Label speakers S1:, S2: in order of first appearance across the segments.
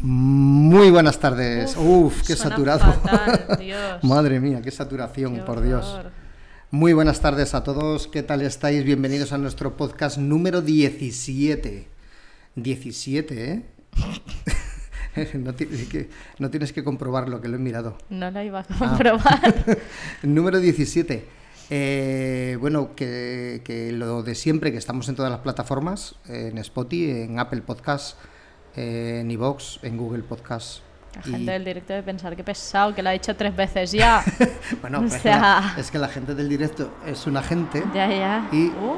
S1: Muy buenas tardes. Uf, qué
S2: suena
S1: saturado.
S2: fatal, Dios.
S1: Madre mía, qué saturación,
S2: Qué
S1: por Dios.
S2: horror.
S1: Muy buenas tardes a todos. ¿Qué tal estáis? Bienvenidos a nuestro podcast número 17. 17, ¿eh? no, ti- que- no tienes que comprobarlo, que lo he mirado.
S2: No la iba a
S1: Ah.
S2: comprobar.
S1: Número 17. Eh, bueno, que, que lo de siempre, que estamos en todas las plataformas, eh, en Spotify, en Apple Podcast, eh, en iVoox, en Google Podcast.
S2: La
S1: y-
S2: gente del directo debe pensar que pesado, que la ha hecho tres veces ya.
S1: Bueno,
S2: O
S1: pero es, que la,
S2: sea-
S1: es que la gente del directo es una gente.
S2: ya, ya.
S1: Y,
S2: Uh,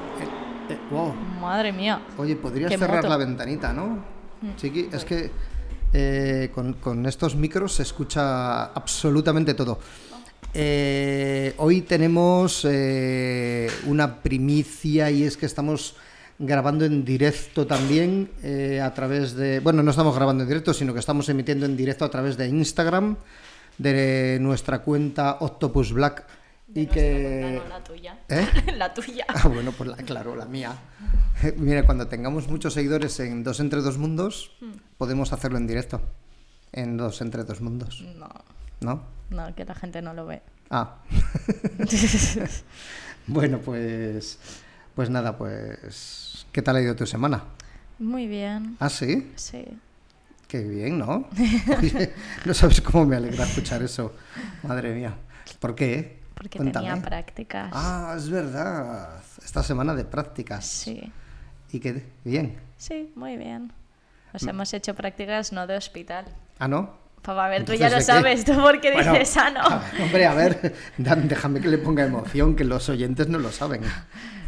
S1: eh, eh, wow.
S2: madre mía.
S1: Oye, podrías
S2: Qué
S1: cerrar
S2: moto. Mm,
S1: la ventanita, ¿no? Chiqui, es que eh, con, con estos micros se escucha absolutamente todo. Eh, hoy tenemos eh, una primicia y es que estamos grabando en directo también eh, a través de... Bueno, no estamos grabando en directo, sino que estamos emitiendo en directo a través de Instagram, de nuestra cuenta Octopus Black. y que...
S2: la tuya.
S1: ¿Eh?
S2: la tuya.
S1: Ah, bueno, pues la, claro, la mía. Mira, cuando tengamos muchos seguidores en Dos Entre Dos Mundos,
S2: Hmm.
S1: podemos hacerlo en directo. En Dos Entre Dos Mundos,
S2: No,
S1: ¿no?
S2: no, que la gente no lo ve.
S1: Ah, bueno, pues. Pues nada, pues. ¿Qué tal ha ido tu semana?
S2: Muy bien.
S1: Ah, sí.
S2: Sí.
S1: Qué bien, ¿no? Oye, no sabes cómo me alegra escuchar eso. Madre mía. ¿Por qué?
S2: Porque
S1: Cuéntame.
S2: tenía prácticas.
S1: Ah, es verdad. Esta semana de prácticas.
S2: Sí.
S1: Y qué bien.
S2: Sí, muy bien. O
S1: Mm.
S2: sea, hemos hecho prácticas no de hospital.
S1: Ah, ¿no?
S2: Papá, a ver, tú ya
S1: Entonces,
S2: lo
S1: ¿de qué?
S2: sabes, tú porque
S1: Bueno,
S2: dices, ah, no.
S1: a ver, hombre, a ver, Dan, déjame que le ponga emoción, que los oyentes no lo saben.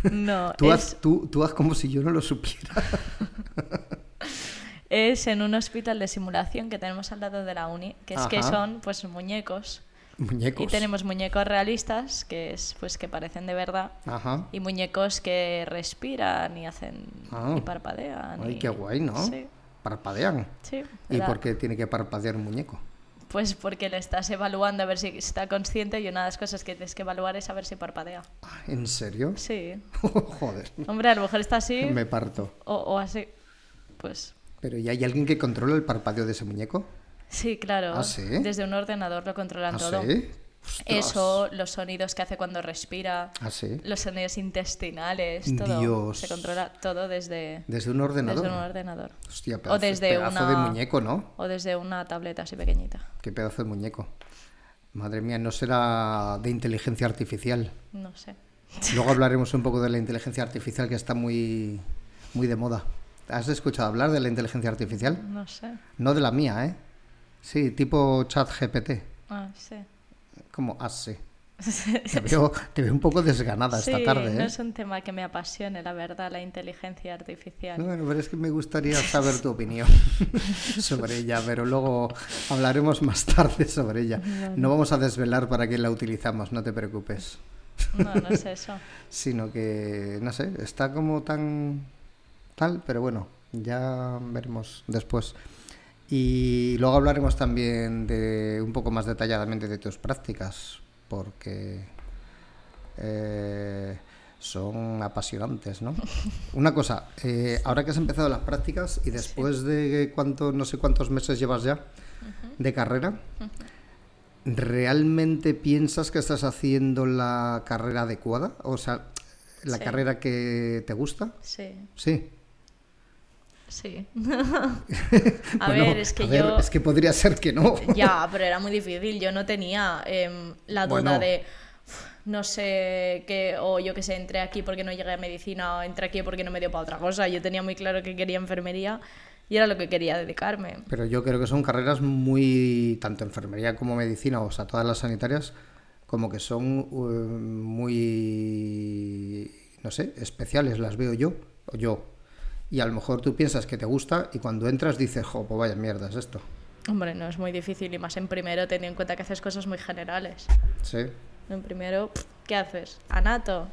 S2: No,
S1: Tú,
S2: es,
S1: haz, tú, tú haz como si yo no lo supiera.
S2: es en un hospital de simulación que tenemos al lado de la uni, que es que
S1: Ajá.
S2: son pues muñecos.
S1: Muñecos.
S2: Y tenemos muñecos realistas, que es pues que parecen de verdad,
S1: Ajá.
S2: y muñecos que respiran y hacen
S1: Ah.
S2: y parpadean.
S1: Ay,
S2: y-
S1: qué guay, ¿no?
S2: Sí,
S1: Parpadean.
S2: sí.
S1: ¿Y
S2: la-
S1: por qué tiene que parpadear un muñeco?
S2: Pues porque le estás evaluando a ver si está consciente y una de las cosas que tienes que evaluar es a ver si parpadea.
S1: Ah, ¿En serio? Oh,
S2: Sí.
S1: Joder,
S2: Hombre, a lo mejor está así
S1: me parto.
S2: o, o así. Pues
S1: ¿Pero y hay alguien que controla el parpadeo de ese muñeco?
S2: sí, claro.
S1: ¿Ah, sí?
S2: Desde un ordenador lo controlan
S1: ¿Ah,
S2: todo.
S1: sí? Ostras.
S2: Eso, los sonidos que hace cuando respira,
S1: ¿Ah, sí?
S2: los sonidos intestinales, todo.
S1: Dios.
S2: Se controla todo desde,
S1: ¿Desde un ordenador?
S2: desde un ordenador.
S1: Hostia,
S2: O
S1: pedazo,
S2: desde
S1: pedazo de
S2: una-
S1: muñeco, ¿no?
S2: O desde una tableta así pequeñita.
S1: Qué pedazo de muñeco. Madre mía, no será de inteligencia artificial.
S2: No sé.
S1: Luego hablaremos un poco de la inteligencia artificial que está muy, muy de moda. ¿Has escuchado hablar de la inteligencia artificial?
S2: No sé.
S1: No de la mía, ¿eh? Sí, tipo chat GPT.
S2: Ah, sí.
S1: Como hace. Te veo, te veo un poco desganada
S2: Sí,
S1: esta tarde,
S2: no
S1: ¿eh?
S2: es un tema que me apasione, la verdad, la inteligencia artificial.
S1: Bueno, pero es que me gustaría saber tu opinión sobre ella, pero luego hablaremos más tarde sobre ella. No vamos a desvelar para qué la utilizamos, no te preocupes.
S2: No, no es eso.
S1: sino que, no sé, está como tan tal, pero bueno, ya veremos después. Y luego hablaremos también de un poco más detalladamente de tus prácticas, porque eh, son apasionantes, ¿no? Una cosa, eh, ahora que has empezado las prácticas y después de cuánto, no sé cuántos meses llevas ya de carrera, ¿Realmente piensas que estás haciendo la carrera adecuada? O sea, la
S2: Sí.
S1: carrera que te gusta?
S2: Sí,
S1: Sí.
S2: sí. a
S1: Bueno,
S2: ver, es que
S1: a ver,
S2: yo...
S1: es que podría ser que no.
S2: Ya, pero era muy difícil. Yo no tenía em, la duda
S1: Bueno.
S2: de, "Uf, no sé qué, o yo qué sé, entré aquí porque no llegué a medicina, o entré aquí porque no me dio para otra cosa. Yo tenía muy claro que quería enfermería y era lo que quería dedicarme.
S1: Pero yo creo que son carreras muy, tanto enfermería como medicina, o sea, todas las sanitarias, como que son eh, muy, no sé, especiales, las veo yo, o yo. Y a lo mejor tú piensas que te gusta y cuando entras dices, jo, pues vaya mierda, es esto.
S2: Hombre, no es muy difícil y más en primero teniendo en cuenta que haces cosas muy generales.
S1: Sí.
S2: En primero, pf, ¿qué haces? Anato,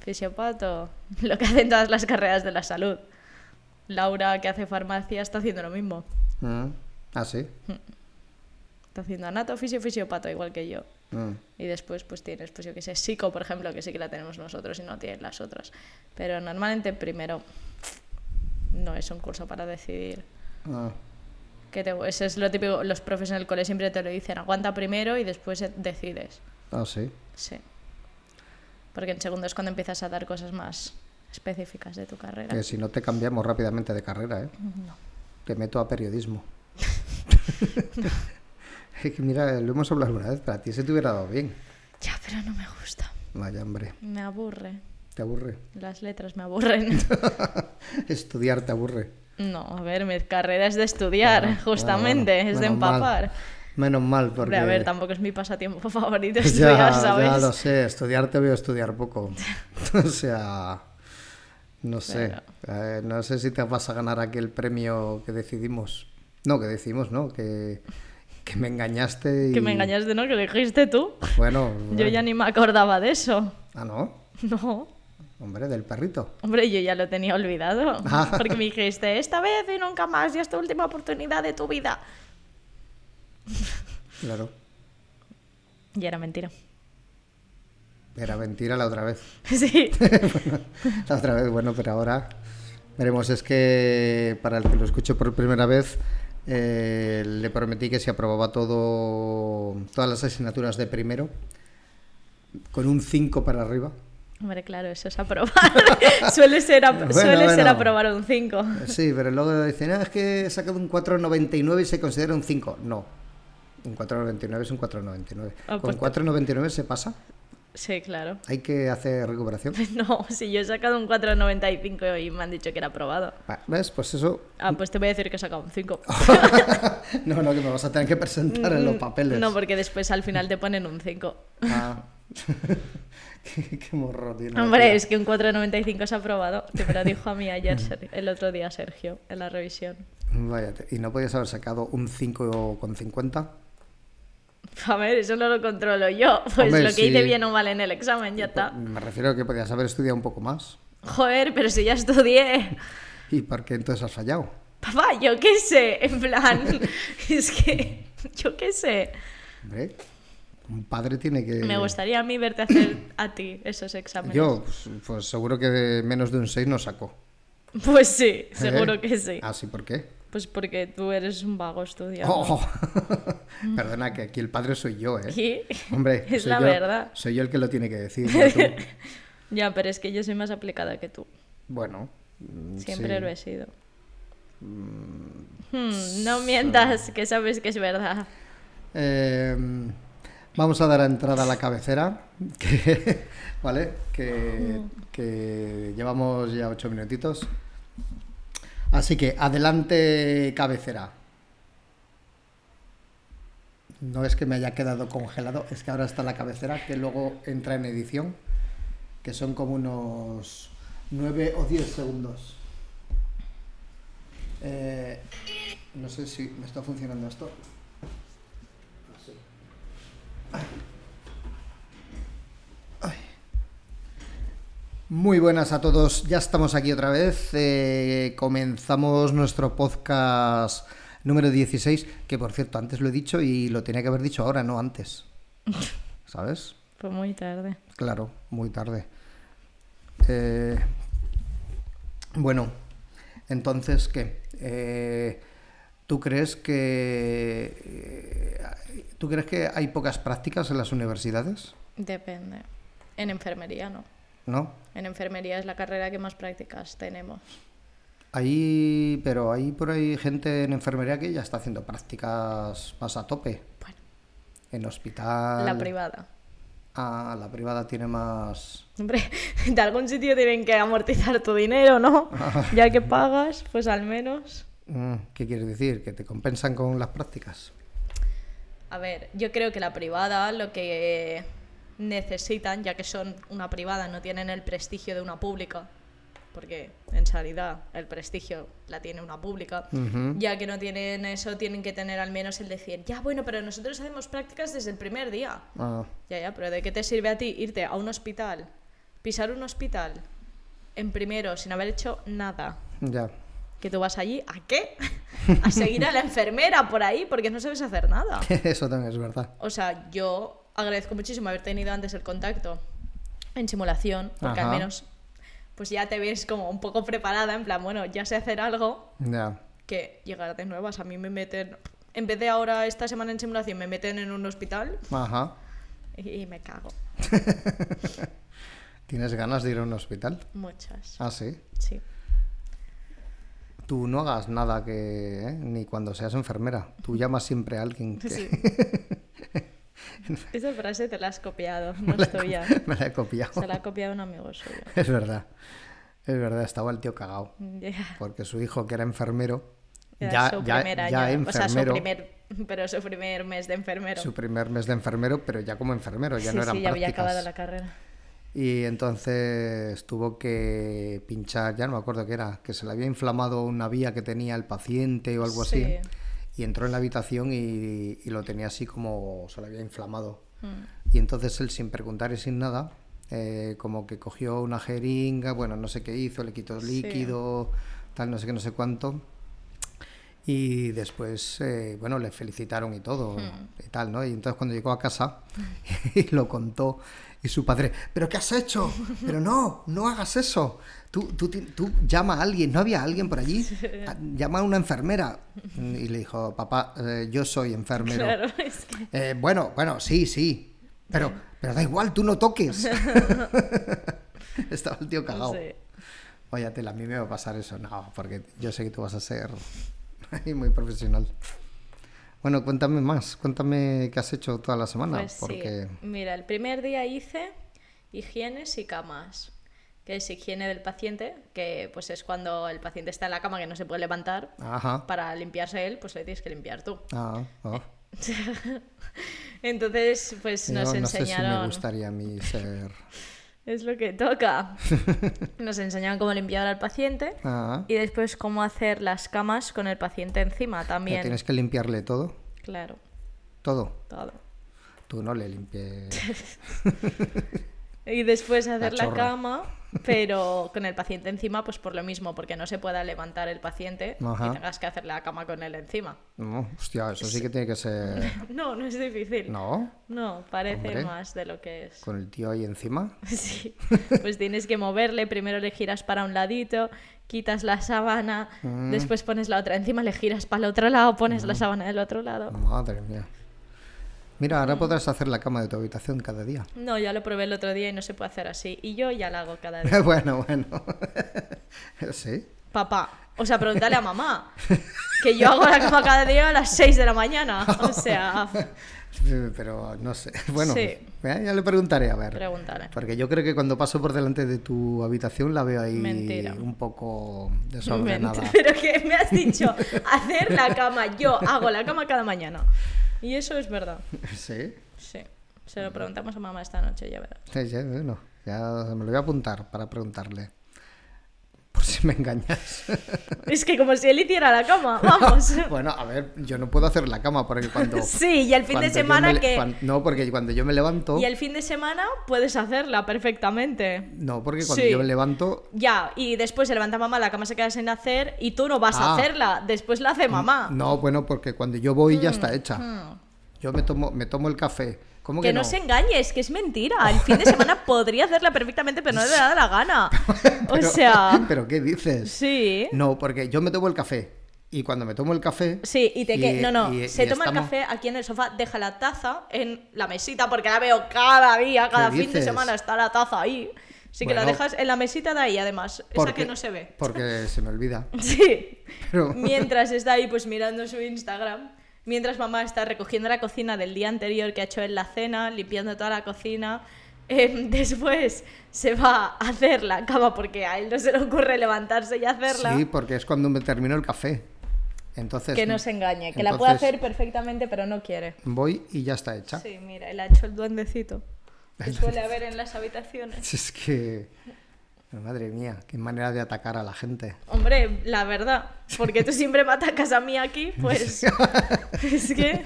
S2: fisiopato, lo que hacen todas las carreras de la salud. Laura, que hace farmacia, está haciendo lo mismo.
S1: Mm. Ah, sí.
S2: Está haciendo anato, fisio, fisiopato, igual que yo.
S1: Mm.
S2: Y después pues tienes, pues yo que sé, psico, por ejemplo, que sí que la tenemos nosotros y no tienen las otras. Pero normalmente primero no es un curso para decidir
S1: Ah.
S2: Que te- eso es lo típico, los profes en el cole siempre te lo dicen, aguanta primero y después e-, decides.
S1: Ah, sí.
S2: Sí. Porque en segundo es cuando empiezas a dar cosas más específicas de tu carrera.
S1: Que si no te cambiamos rápidamente de carrera, ¿eh? Te meto a periodismo. Es que Mira, lo hemos hablado alguna vez, para ti se te hubiera dado bien.
S2: Ya, pero no me gusta.
S1: Vaya, hombre,
S2: Me aburre.
S1: te aburre.
S2: Las letras me aburren.
S1: Estudiar te aburre.
S2: No, a ver, mi carrera es de estudiar,
S1: Bueno,
S2: justamente,
S1: bueno,
S2: es de
S1: menos mal.
S2: empapar.
S1: Menos mal, porque...
S2: Hombre, a ver, tampoco es mi pasatiempo favorito
S1: ya,
S2: estudiar, ¿sabes?
S1: ya lo sé, estudiar te veo estudiar poco. o sea, no sé. Eh, no sé si te vas a ganar aquel premio que decidimos. No, que decidimos, ¿no? Que, que me engañaste y...
S2: Que me engañaste, ¿no? Que lo dijiste tú.
S1: Bueno,
S2: Yo ya ni me acordaba de eso.
S1: Ah, no.
S2: No.
S1: Hombre, del perrito.
S2: Hombre, yo ya lo tenía olvidado.
S1: Ah.
S2: Porque me dijiste, esta vez y nunca más, y esta última oportunidad de tu vida.
S1: Claro.
S2: Y era mentira.
S1: Era mentira la otra vez.
S2: Sí.
S1: La otra vez, bueno, pero ahora veremos. Es que para el que lo escuche por primera vez, eh, le prometí que se aprobaba todo, todas las asignaturas de primero, con un 5 para arriba.
S2: Hombre, claro, eso es aprobar. suele ser, ap-
S1: Bueno,
S2: suele ser
S1: bueno.
S2: aprobar un 5.
S1: Sí, pero luego dicen, ah, es que he sacado un 4,99 y se considera un 5. No, un 4,99 es un 4,99.
S2: Ah, pues
S1: con
S2: te-
S1: 4,99 se pasa,
S2: Sí, claro.
S1: hay que hacer recuperación.
S2: No, si yo he sacado un 4,95 y me han dicho que era aprobado.
S1: Va, ¿Ves? Pues eso.
S2: Ah, pues te voy a decir que he sacado un 5.
S1: no, no, que me vas a tener que presentar en los papeles.
S2: Mm, No, porque después al final te ponen un 5.
S1: Ah. qué, qué morro tiene. la
S2: Hombre,
S1: tía.
S2: es que un 4,95 es aprobado. Que me lo dijo a mí ayer, Ser- el otro día Sergio, en la revisión.
S1: Vaya, te- y no podías haber sacado un 5,50.
S2: A ver, eso no lo controlo yo. Pues
S1: Hombre,
S2: lo que hice
S1: sí. Pues,
S2: bien o mal en el examen, ya está.
S1: Me refiero a que podías haber estudiado un poco más.
S2: Joder, pero si ya estudié.
S1: ¿Y por qué entonces has fallado?
S2: Papá, yo qué sé. En plan, es que yo qué sé.
S1: Hombre, un padre tiene que.
S2: Me gustaría a mí verte hacer a ti esos exámenes.
S1: Eh. Yo, pues, pues seguro que de menos de un 6 no sacó.
S2: Pues sí, seguro
S1: ¿Eh?
S2: que sí.
S1: Ah, sí, ¿por qué?
S2: Pues porque tú eres un vago estudiante.
S1: Oh, Perdona, que aquí el padre soy yo, ¿eh?
S2: Y-
S1: Hombre,
S2: Es
S1: soy
S2: la
S1: yo-
S2: verdad.
S1: Soy yo el que lo tiene que decir. no tú.
S2: Ya, pero es que yo soy más aplicada que tú.
S1: Bueno, mm,
S2: Siempre
S1: sí. Mm,
S2: lo he sido. Hmm, no mientas, que sabes que es verdad.
S1: Eh, vamos a dar entrada a la cabecera, que, ¿vale? Que, que llevamos ya ocho minutitos. Así que adelante cabecera. No es que me haya quedado congelado, es que ahora está la cabecera que luego entra en edición, que son como unos 9 o 10 segundos. Eh, no sé si me está funcionando esto. Muy buenas a todos, ya estamos aquí otra vez. eh, comenzamos nuestro podcast número 16, que por cierto, antes lo he dicho y lo tenía que haber dicho ahora, no antes. ¿Sabes?
S2: Fue muy tarde.
S1: Claro, muy tarde. Eh, bueno, entonces, ¿qué? Eh, ¿Tú crees que eh, tú crees que hay pocas prácticas en las universidades?
S2: Depende. En enfermería no.
S1: ¿No?
S2: En enfermería es la carrera que más prácticas tenemos.
S1: Ahí, pero hay por ahí gente en enfermería que ya está haciendo prácticas más a tope.
S2: Bueno,
S1: En hospital.
S2: la privada.
S1: Ah, la privada tiene más.
S2: Hombre, de algún sitio tienen que amortizar tu dinero, ¿no? Ya que pagas, pues al menos.
S1: Mm, ¿Qué quieres decir? ¿Que te compensan con las prácticas?
S2: A ver, yo creo que la privada lo que necesitan, ya que son una privada, no tienen el prestigio de una pública, porque en sanidad el prestigio la tiene una pública,
S1: Ujú.
S2: ya que no tienen eso, tienen que tener al menos el decir, ya bueno, pero nosotros hacemos prácticas desde el primer día.
S1: Ah,
S2: Ya, ya, pero ¿de qué te sirve a ti irte a un hospital, pisar un hospital en primero sin haber hecho nada?
S1: ya.
S2: Que tú vas allí, ¿a qué? A seguir a la enfermera por ahí, porque no sabes hacer nada.
S1: Eso también es verdad.
S2: O sea, yo agradezco muchísimo haber tenido antes el contacto en simulación, porque
S1: Ajá.
S2: al menos pues ya te ves como un poco preparada, en plan, bueno, ya sé hacer algo
S1: Ya.
S2: que llegar de nuevas. A mí me meten, en vez de ahora esta semana en simulación, me meten en un hospital
S1: Ajá.
S2: y, y me cago.
S1: ¿Tienes ganas de ir a un hospital?
S2: Muchas.
S1: Ah, sí.
S2: Sí.
S1: Tú no hagas nada que. ¿eh? Ni cuando seas enfermera. Tú llamas siempre a alguien que.
S2: Sí. Esa frase te la has copiado, no
S1: me, la he
S2: estoy ya.
S1: co- me la he copiado.
S2: Se la ha copiado un amigo suyo.
S1: Es verdad. Es verdad, estaba el tío cagado.
S2: Ya.
S1: Porque su hijo, que era enfermero.
S2: Era
S1: ya,
S2: su
S1: ya-
S2: primer año,
S1: ya
S2: o sea, su
S1: enfermero.
S2: primer, pero su primer mes de enfermero.
S1: su primer mes de enfermero, pero ya como enfermero, ya
S2: sí,
S1: no eran
S2: sí, ya había
S1: prácticas.
S2: acabado la carrera.
S1: Y entonces tuvo que pinchar, ya no me acuerdo qué era, que se le había inflamado una vía que tenía el paciente o algo
S2: Sí.
S1: así. Y entró en la habitación y, y lo tenía así como se le había inflamado.
S2: Mm.
S1: Y entonces él, sin preguntar y sin nada, eh, como que cogió una jeringa, bueno, no sé qué hizo, le quitó
S2: Sí.
S1: líquido, tal, no sé qué, no sé cuánto. Y después, eh, bueno, le felicitaron y todo,
S2: Hmm.
S1: y tal, ¿no? Y entonces cuando llegó a casa y lo contó, y su padre, ¿pero qué has hecho? Pero no, no hagas eso. Tú, tú, ti- tú llama a alguien, ¿no había alguien por allí? Ah, Llama a una enfermera. Y le dijo, papá, eh, yo soy enfermero.
S2: Claro, es que
S1: Eh, bueno, bueno, sí, sí. Pero, pero da igual, tú no toques. Estaba el tío
S2: no
S1: cagado.
S2: sé.
S1: Oye, tela, a mí me va a pasar eso. No, porque yo sé que tú vas a ser muy profesional. Bueno, cuéntame más. Cuéntame qué has hecho toda la semana.
S2: Pues sí.
S1: porque...
S2: Mira, el primer día hice higienes y camas, que es higiene del paciente, que pues es cuando el paciente está en la cama que no se puede levantar.
S1: Ajá.
S2: Para limpiarse él, pues le tienes que limpiar tú.
S1: Ah, ah.
S2: Entonces, pues
S1: Yo
S2: nos
S1: no sé si me
S2: enseñaron.
S1: gustaría a mí ser.
S2: Es lo que toca. Nos enseñaron cómo limpiar al paciente
S1: Ah.
S2: y después cómo hacer las camas con el paciente encima
S1: Pero
S2: también.
S1: tienes que limpiarle todo.
S2: Claro,
S1: Todo.
S2: todo.
S1: Tú no le limpies.
S2: Y después hacer la,
S1: chorra.
S2: cama, pero con el paciente encima, pues por lo mismo, porque no se pueda levantar el paciente
S1: Ajá.
S2: y tengas que hacer la cama con él encima.
S1: No, hostia, eso sí que tiene que ser.
S2: No, no es difícil.
S1: No.
S2: No, parece
S1: Hombre.
S2: más de lo que es.
S1: Con el tío ahí encima.
S2: Sí, pues tienes que moverle, primero le giras para un ladito, quitas la sábana,
S1: Mm.
S2: después pones la otra encima, le giras para el otro lado, pones la sábana del otro
S1: Mm.
S2: lado.
S1: Madre mía. Mira,
S2: Mm.
S1: ahora podrás hacer la cama de tu habitación cada día.
S2: No, ya lo probé el otro día y no se puede hacer así. Y yo ya la hago cada día.
S1: bueno, bueno. sí.
S2: Papá, o sea, pregúntale a mamá, que yo hago la cama cada día a las 6 de la mañana. O sea,
S1: Pero no sé. Bueno, eh,
S2: Sí.
S1: ya ya le preguntaré a ver.
S2: pregúntale.
S1: Porque yo creo que cuando paso por delante de tu habitación la veo ahí
S2: Mentira.
S1: un poco
S2: Ment-
S1: desordenada.
S2: Pero que me has dicho hacer la cama, yo hago la cama cada mañana. Y eso es verdad.
S1: Sí.
S2: Sí, se lo preguntamos a mamá esta noche, ya verás.
S1: Sí, sí, bueno, ya me lo voy a apuntar para preguntarle. Por si me engañas.
S2: Es que como si él hiciera la cama, vamos.
S1: bueno, a ver, yo no puedo hacer la cama porque cuando.
S2: Sí, y el fin
S1: cuando
S2: de
S1: yo
S2: semana
S1: me le-
S2: que...
S1: cuan- no, porque cuando yo me levanto.
S2: Y el fin de semana puedes hacerla perfectamente.
S1: No, porque cuando
S2: Sí.
S1: yo me levanto.
S2: Ya, y después se levanta mamá, la cama se queda sin hacer y tú no vas
S1: Ah.
S2: a hacerla, después la hace mamá.
S1: No, bueno, porque cuando yo voy ya está hecha. Yo me tomo, me tomo el café. ¿Cómo que,
S2: Mm, que, no, se engañes, que es mentira. El fin de semana podría hacerla perfectamente, pero no le da la gana. o
S1: Pero-
S2: sea,
S1: ¿Pero qué dices?
S2: sí.
S1: No, porque yo me tomo el café. Y cuando me tomo el café.
S2: Sí, y te que... No, no,
S1: y-
S2: se
S1: y
S2: toma el
S1: estamos-
S2: café aquí en el sofá, deja la taza en la mesita, porque la veo cada día, cada
S1: ¿Qué
S2: fin de
S1: dices?
S2: semana está la taza ahí. Así que la
S1: Bueno.
S2: dejas en la mesita de ahí, además, esa
S1: porque-
S2: que no se ve.
S1: Porque se me olvida.
S2: Sí.
S1: Pero-
S2: Mientras está ahí, pues mirando su Instagram. Mientras mamá está recogiendo la cocina del día anterior que ha hecho en la cena, limpiando toda la cocina. Em, después se va a hacer la cama porque a él no se le ocurre levantarse y hacerla.
S1: Sí, porque es cuando me termino el café. Entonces.
S2: que no se engañe, que la puede
S1: entonces
S2: hacer perfectamente, pero no quiere.
S1: Voy y ya está hecha.
S2: Sí, mira, él ha hecho el duendecito que suele haber en las habitaciones.
S1: Es que. Madre mía, qué manera de atacar a la gente.
S2: Hombre, la verdad, porque tú siempre me atacas a mí aquí, pues es que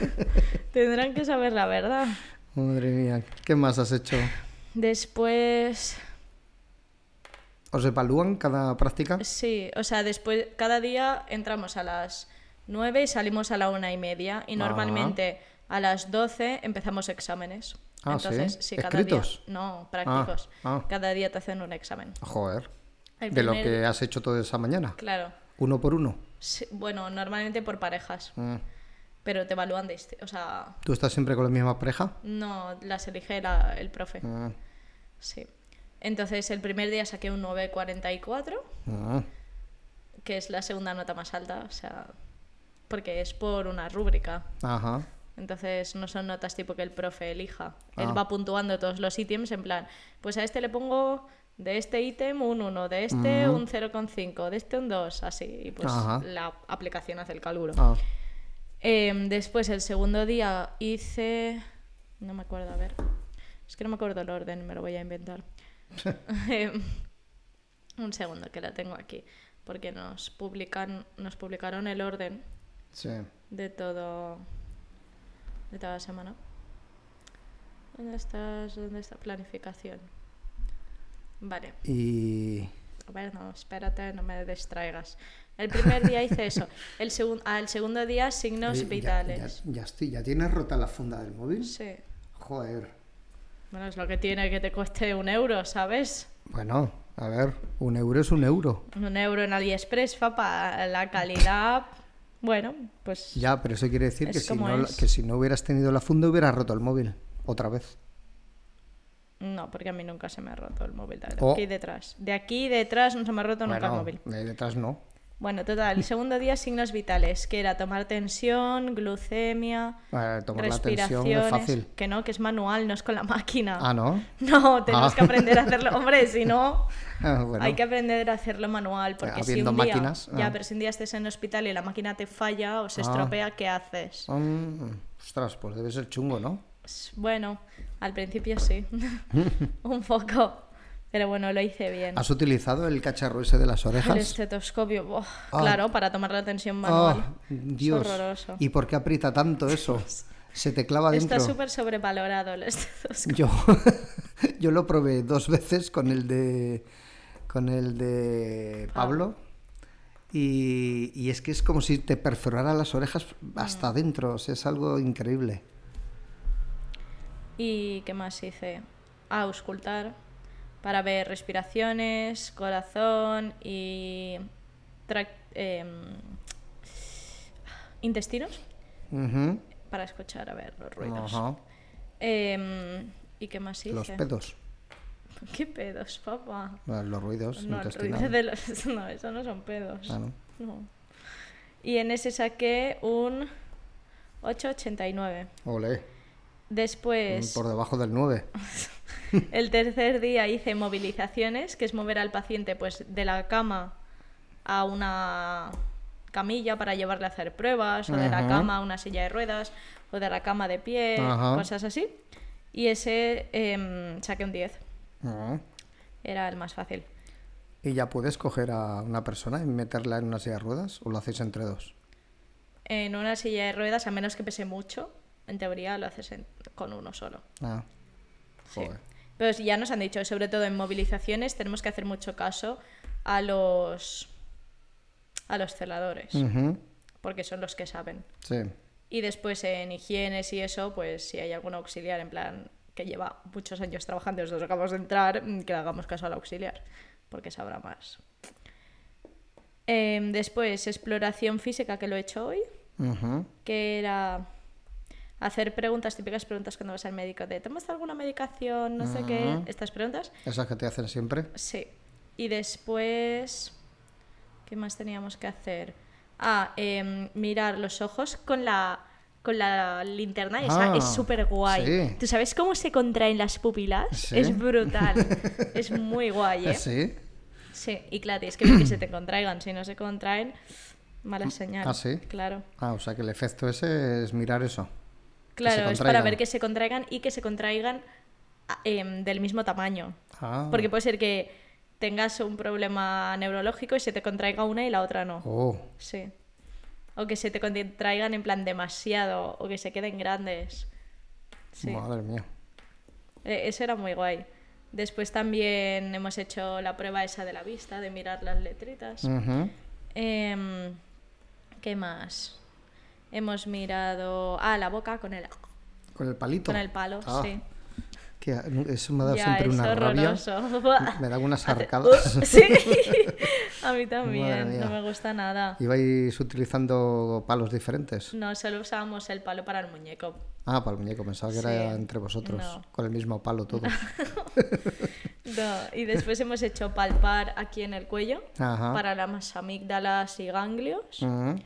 S2: tendrán que saber la verdad.
S1: Madre mía, ¿qué más has hecho?
S2: Después,
S1: ¿Os evalúan cada práctica?
S2: sí, o sea, después cada día entramos a las 9 y salimos a la una y media y
S1: Ah.
S2: normalmente a las 12 empezamos exámenes.
S1: Ah, ¿sí?
S2: Entonces, cada
S1: ¿Escritos?
S2: día. No, prácticos.
S1: Ah, ah.
S2: Cada día te hacen un examen.
S1: Joder.
S2: El
S1: De lo
S2: primer-
S1: que has hecho toda esa mañana.
S2: Claro.
S1: Uno por uno.
S2: Sí, Bueno, normalmente por parejas,
S1: Mm.
S2: pero te evalúan de... este- O sea,
S1: ¿Tú estás siempre con la misma pareja?
S2: no las elige la- el profe.
S1: Mm.
S2: Sí. Entonces, el primer día saqué un 9,44,
S1: Mm.
S2: que es la segunda nota más alta, o sea, porque es por una rúbrica.
S1: Ajá.
S2: Entonces, no son notas tipo que el profe elija.
S1: Ah.
S2: Él va puntuando todos los ítems en plan, pues a este le pongo de este ítem un 1, de este
S1: Ujú.
S2: un 0,5, de este un 2, así. Y pues
S1: Ajá.
S2: la aplicación hace el cálculo.
S1: Ah.
S2: Em, después, el segundo día hice. No me acuerdo, a ver. Es que no me acuerdo el orden, me lo voy a inventar. Em, un segundo, que la tengo aquí. Porque nos, publican, nos publicaron el orden
S1: Sí.
S2: de todo. de toda la semana. ¿Dónde estás? ¿Dónde está planificación? Vale.
S1: Y.
S2: A ver, no, espérate, no me distraigas. El primer día hice eso. El segun- al segundo día, signos
S1: Oye, ya-
S2: vitales.
S1: Ya, ya estoy, ya tienes rota la funda del móvil.
S2: Sí.
S1: Joder.
S2: Bueno, es lo que tiene que te cueste un euro, ¿sabes?
S1: Bueno, a ver, un euro es un euro.
S2: Un euro en AliExpress, para la calidad. Bueno, pues
S1: Ya, pero eso quiere decir
S2: Es
S1: que si,
S2: como
S1: no, la-
S2: es.
S1: que si no hubieras tenido la funda hubieras roto el móvil. Otra vez.
S2: no, porque a mí nunca se me ha roto el móvil. De
S1: Oh.
S2: aquí detrás. De aquí detrás no se me ha roto nunca el
S1: Bueno,
S2: móvil.
S1: de detrás no.
S2: Bueno, total, el segundo día signos vitales, que era tomar tensión, glucemia,
S1: Eh, tomar la tensión
S2: respiraciones,
S1: es fácil.
S2: que no, que es manual, no es con la máquina.
S1: Ah, ¿no?
S2: No, tenemos
S1: Ah.
S2: que aprender a hacerlo. Hombre, si no,
S1: Ah, bueno.
S2: Hay que aprender a hacerlo manual, porque si
S1: habiendo
S2: un día,
S1: máquinas, ah.
S2: ya, pero si un día estés en el hospital y la máquina te falla o se
S1: Ah.
S2: estropea, ¿qué haces?
S1: Mm, ostras, pues debe ser chungo, ¿no?
S2: S- Bueno, al principio sí, un poco, pero bueno, lo hice bien.
S1: ¿Has utilizado el cacharro ese de las
S2: El
S1: orejas?
S2: estetoscopio, buah,
S1: Ah.
S2: claro, para tomar la tensión
S1: Oh,
S2: manual.
S1: Dios.
S2: Es horroroso.
S1: ¿Y por qué aprieta tanto eso? Se te clava dentro.
S2: Está súper sobrevalorado el
S1: Yo,
S2: estetoscopio.
S1: yo lo probé dos veces con el de con el de
S2: Ah.
S1: Pablo y, y es que es como si te perforara las orejas hasta
S2: Mm.
S1: adentro, o sea, es algo increíble.
S2: ¿Y qué más hice? A auscultar para ver respiraciones, corazón y trac- em, intestinos
S1: Ujú.
S2: para escuchar, a ver, los ruidos.
S1: Ajá.
S2: Em, ¿Y qué más hice?
S1: Los pedos,
S2: ¿Qué pedos, papá?
S1: los ruidos
S2: No, el ruido
S1: intestinales.
S2: de los... no, eso no son pedos.
S1: Ah, ¿no?
S2: No. Y en ese saqué un 8,89.
S1: Olé,
S2: Después...
S1: por debajo del 9.
S2: El tercer día hice movilizaciones, que es mover al paciente pues de la cama a una camilla para llevarle a hacer pruebas, o de la
S1: Ajá.
S2: cama a una silla de ruedas, o de la cama de pie,
S1: Ajá.
S2: cosas así. Y ese em, saqué un 10, era el más fácil.
S1: Ah. ¿Y ya puedes coger a una persona y meterla en una silla de ruedas o lo hacéis entre dos?
S2: En una silla de ruedas, a menos que pese mucho, en teoría lo haces en- con uno solo.
S1: Ah,
S2: Sí.
S1: joder.
S2: Pero si ya nos han dicho, sobre todo en movilizaciones, tenemos que hacer mucho caso a los a los celadores.
S1: Ujú,
S2: porque son los que saben.
S1: Sí.
S2: Y después en higienes y eso, pues si hay algún auxiliar en plan que lleva muchos años trabajando, nosotros acabamos de entrar, mm, que le hagamos caso al auxiliar, porque sabrá más. Em, después, exploración física, que lo he hecho hoy,
S1: Ujú.
S2: que era hacer preguntas, típicas preguntas cuando vas al médico, de ¿tomas alguna medicación? No sé qué,
S1: Ujú.
S2: estas preguntas.
S1: Esas que te hacen siempre.
S2: Sí. Y después. ¿Qué más teníamos que hacer? Ah, em, mirar los ojos con la. Con la linterna y esa
S1: Ah,
S2: es súper guay.
S1: sí.
S2: ¿Tú sabes cómo se contraen las pupilas?
S1: Sí. Ah,
S2: Es brutal. es muy guay, ¿eh? Sí.
S1: Sí.
S2: Y claro, tienes que ver que se te contraigan. Si no se contraen, mala señal.
S1: ah, sí.
S2: Claro.
S1: Ah, o sea que el efecto ese es mirar eso.
S2: Claro, es para
S1: contraigan.
S2: ver que se contraigan y que se contraigan ah, em, del mismo tamaño.
S1: Ah.
S2: Porque puede ser que tengas un problema neurológico y se te contraiga una y la otra no.
S1: Oh,
S2: Sí. O que se te contraigan en plan demasiado o que se queden grandes. Sí.
S1: madre mía.
S2: Eh, Eso era muy guay. Después también hemos hecho la prueba esa de la vista, de mirar las letritas.
S1: Ujú.
S2: Em, ¿Qué más? Hemos mirado... Ah, la boca con el...
S1: Con el palito.
S2: Con el palo,
S1: Ah,
S2: sí.
S1: que eso me ha dado
S2: Ya,
S1: siempre
S2: es
S1: una
S2: horroroso.
S1: rabia. Me da unas
S2: Hace-
S1: arcadas.
S2: Uh, sí, a
S1: Madre
S2: mí también,
S1: mía.
S2: no me gusta nada.
S1: Ibais utilizando palos diferentes.
S2: No, solo usábamos el palo para el muñeco.
S1: Ah, para el muñeco, pensaba que
S2: Sí.
S1: era entre vosotros,
S2: No.
S1: con el mismo palo todo.
S2: No, y después hemos hecho palpar aquí en el cuello
S1: Ajá.
S2: para las amígdalas y ganglios.
S1: Ujú.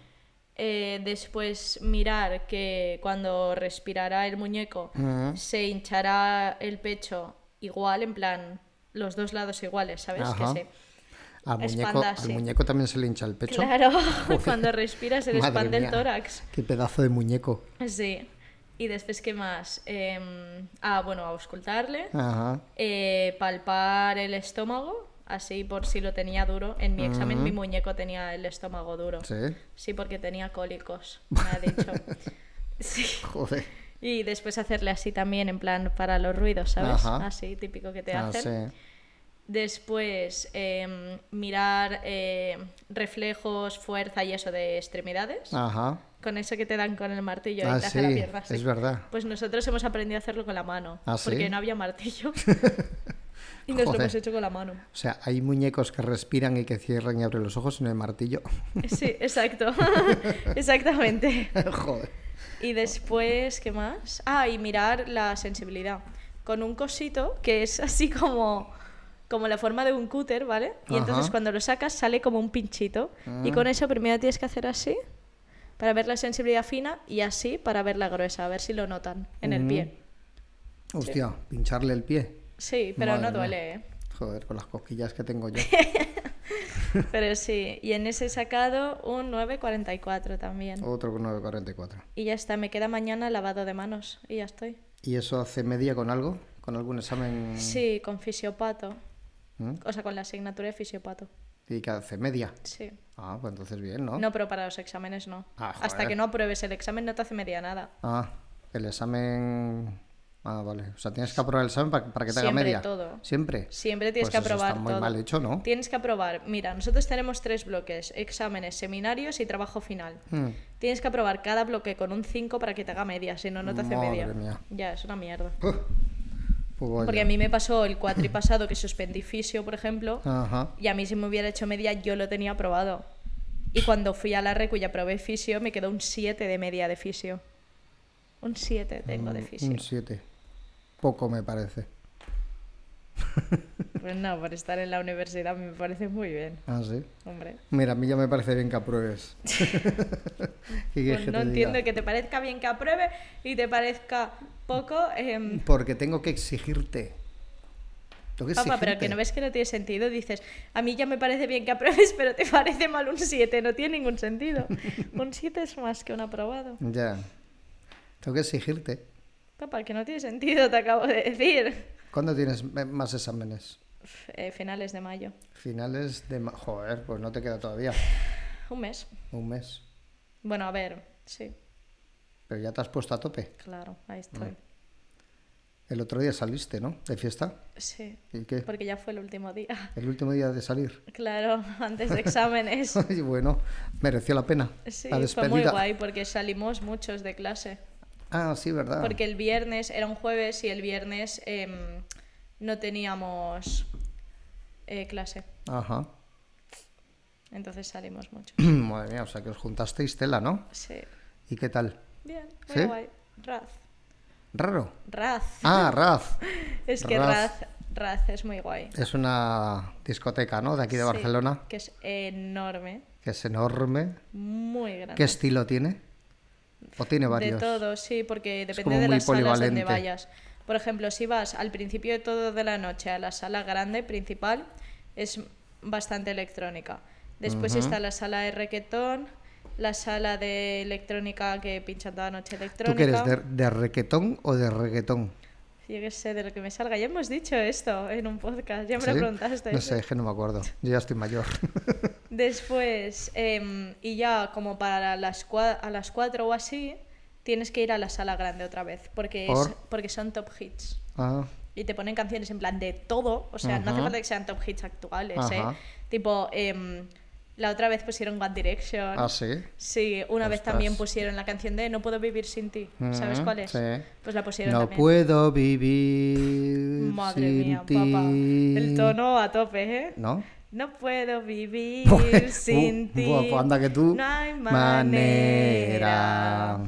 S2: Eh, después mirar que cuando respirará el muñeco
S1: Ujú.
S2: se hinchará el pecho igual, en plan, los dos lados iguales, ¿sabes?
S1: Ajá.
S2: Que se...
S1: Al, muñeco,
S2: Espalda,
S1: al
S2: sí.
S1: muñeco también se le hincha el pecho.
S2: Claro, cuando respira se le
S1: Madre
S2: expande el
S1: mía,
S2: tórax.
S1: Qué pedazo de muñeco.
S2: Sí. Y después, ¿qué más? Eh, ah, bueno, auscultarle,
S1: Ajá.
S2: eh, palpar el estómago, así por si lo tenía duro. En mi examen
S1: Ujú.
S2: mi muñeco tenía el estómago duro.
S1: Mm. Sí.
S2: Sí, porque tenía cólicos, me ha dicho. Sí.
S1: Joder.
S2: Y después hacerle así también, en plan, para los ruidos, ¿sabes?
S1: Ajá.
S2: Así, típico que te
S1: Ah,
S2: hacen.
S1: sí.
S2: Después, eh, mirar eh, reflejos, fuerza y eso de extremidades.
S1: Ajá.
S2: Con eso que te dan con el martillo
S1: Ah,
S2: y te hace la
S1: sí,
S2: pierna así.
S1: es verdad.
S2: Pues nosotros hemos aprendido a hacerlo con la mano.
S1: Ah, ¿sí?
S2: Porque no había martillo. y nos
S1: Joder.
S2: lo hemos hecho con la mano.
S1: O sea, hay muñecos que respiran y que cierran y abren los ojos y no hay martillo.
S2: Sí, exacto. Exactamente.
S1: Joder.
S2: Y después, ¿qué más? Ah, y mirar la sensibilidad. Con un cosito que es así como, como la forma de un cúter, ¿vale? Y entonces
S1: Ajá.
S2: cuando lo sacas sale como un pinchito. Y
S1: Ah.
S2: con eso primero tienes que hacer así para ver la sensibilidad fina y así para ver la gruesa, a ver si lo notan en el
S1: Mm.
S2: pie.
S1: Hostia, pincharle el pie.
S2: Sí, pero
S1: Madre
S2: no
S1: mía.
S2: duele, ¿eh?
S1: Joder, con las cosquillas que tengo yo.
S2: Pero sí, y en ese he sacado un 9.44 también.
S1: Otro con 944.
S2: Y ya está, me queda mañana lavado de manos y ya estoy.
S1: ¿Y eso hace media con algo? ¿Con algún examen?
S2: Sí, con fisiopato.
S1: ¿Mm?
S2: O sea, con la asignatura de fisiopato.
S1: ¿Y que hace media?
S2: Sí.
S1: Ah, pues entonces bien, ¿no?
S2: No, pero para los exámenes no.
S1: Ah, joder.
S2: Hasta que no apruebes el examen no te hace media nada.
S1: Ah, el examen... Ah, vale. O sea, tienes que aprobar el examen para, para que te haga
S2: Siempre
S1: media.
S2: todo.
S1: Siempre.
S2: Siempre tienes
S1: Pues
S2: que
S1: eso
S2: aprobar
S1: está muy
S2: todo.
S1: mal hecho, ¿no?
S2: Tienes que aprobar. Mira, nosotros tenemos tres bloques: exámenes, seminarios y trabajo final.
S1: Mm.
S2: Tienes que aprobar cada bloque con un 5 para que te haga media, si no, no te hace
S1: Madre
S2: media.
S1: mía.
S2: Ya, es una mierda.
S1: Uf. Pues vaya.
S2: Porque a mí me pasó el cuatri pasado que suspendí fisio, por ejemplo,
S1: Ajá.
S2: y a mí si me hubiera hecho media yo lo tenía aprobado. Y cuando fui a la recu y aprobé fisio, me quedó un 7 de media de fisio. Un 7 tengo de
S1: Un-
S2: fisio.
S1: Mm, Un 7. Poco me parece.
S2: Pues no, por estar en la universidad me parece muy bien,
S1: Ah, sí.
S2: hombre.
S1: Mira, a mí ya me parece bien que apruebes. ¿Qué quieres
S2: Pues
S1: que
S2: no
S1: te
S2: entiendo
S1: diga?
S2: que te parezca bien que apruebe y te parezca poco. em,
S1: Porque tengo que exigirte. Tengo que
S2: Papá, pero que
S1: exigirte.
S2: no ves que no tiene sentido, dices, a mí ya me parece bien que apruebes, pero te parece mal un 7, no tiene ningún sentido. Un 7 es más que un aprobado.
S1: Ya. Tengo que exigirte.
S2: Papá, que no tiene sentido, te acabo de decir.
S1: ¿Cuándo tienes me- más exámenes?
S2: F- eh, finales de mayo.
S1: Finales de... ma- Joder, pues no te queda todavía.
S2: Un mes.
S1: Un mes.
S2: Bueno, a ver, sí,
S1: Pero ya te has puesto a tope.
S2: claro, ahí estoy.
S1: El otro día saliste, ¿no? De fiesta.
S2: Sí,
S1: ¿Y qué?
S2: porque ya fue el último día.
S1: El último día de salir.
S2: Claro, antes de exámenes.
S1: y bueno, mereció la pena.
S2: Sí,
S1: la
S2: fue
S1: despedida.
S2: muy guay porque salimos muchos de clase.
S1: Ah, sí, ¿verdad?
S2: Porque el viernes era un jueves y el viernes em, no teníamos eh, clase.
S1: Ajá.
S2: Entonces salimos mucho.
S1: Madre mía, o sea que os juntasteis tela, ¿no?
S2: Sí.
S1: ¿Y qué tal?
S2: Bien, muy
S1: ¿Sí?
S2: guay. Raz.
S1: Raro.
S2: Raz.
S1: Ah, Raz.
S2: es que
S1: Raz.
S2: Raz. Raz es muy guay.
S1: Es una discoteca, ¿no? De aquí de
S2: Sí,
S1: Barcelona,
S2: Que es enorme.
S1: que es enorme.
S2: Muy grande.
S1: ¿Qué estilo tiene? ¿O tiene varios?
S2: De todo, sí, porque depende
S1: como
S2: de
S1: muy
S2: las salas donde
S1: polivalente.
S2: vayas. Por ejemplo, si vas al principio de todo de la noche a la sala grande principal, es bastante electrónica. Después
S1: Ujú.
S2: está la sala de reggaetón, la sala de electrónica que pinchan toda la noche electrónica.
S1: ¿Tú qué eres de, de requetón o de reggaetón?
S2: Yo qué sé, de lo que me salga. Ya hemos dicho esto en un podcast, ya me lo
S1: ¿Sí?
S2: preguntaste.
S1: No sé, es que no me acuerdo. Yo ya estoy mayor.
S2: Después, em, y ya como para las cua- a las 4 o así, tienes que ir a la sala grande otra vez, porque, es-
S1: ¿Por?
S2: porque son top hits.
S1: Ah,
S2: Y te ponen canciones en plan de todo. O sea, no hace
S1: Ajá.
S2: falta que sean top hits actuales,
S1: Ajá.
S2: ¿eh? Tipo, ¿eh? em, La otra vez pusieron One Direction.
S1: Ah, sí.
S2: Sí, una vez
S1: Ostras.
S2: también pusieron la canción de No puedo vivir sin ti. ¿Sabes
S1: Ujú,
S2: cuál es?
S1: sí.
S2: Pues la pusieron
S1: No
S2: también.
S1: puedo vivir
S2: Madre
S1: sin
S2: mía,
S1: ti.
S2: papá. El tono a tope, ¿eh?
S1: ¿No?
S2: No puedo vivir
S1: Pues,
S2: sin
S1: uh,
S2: ti.
S1: buah, pues anda que tú.
S2: No hay
S1: Manera.
S2: manera.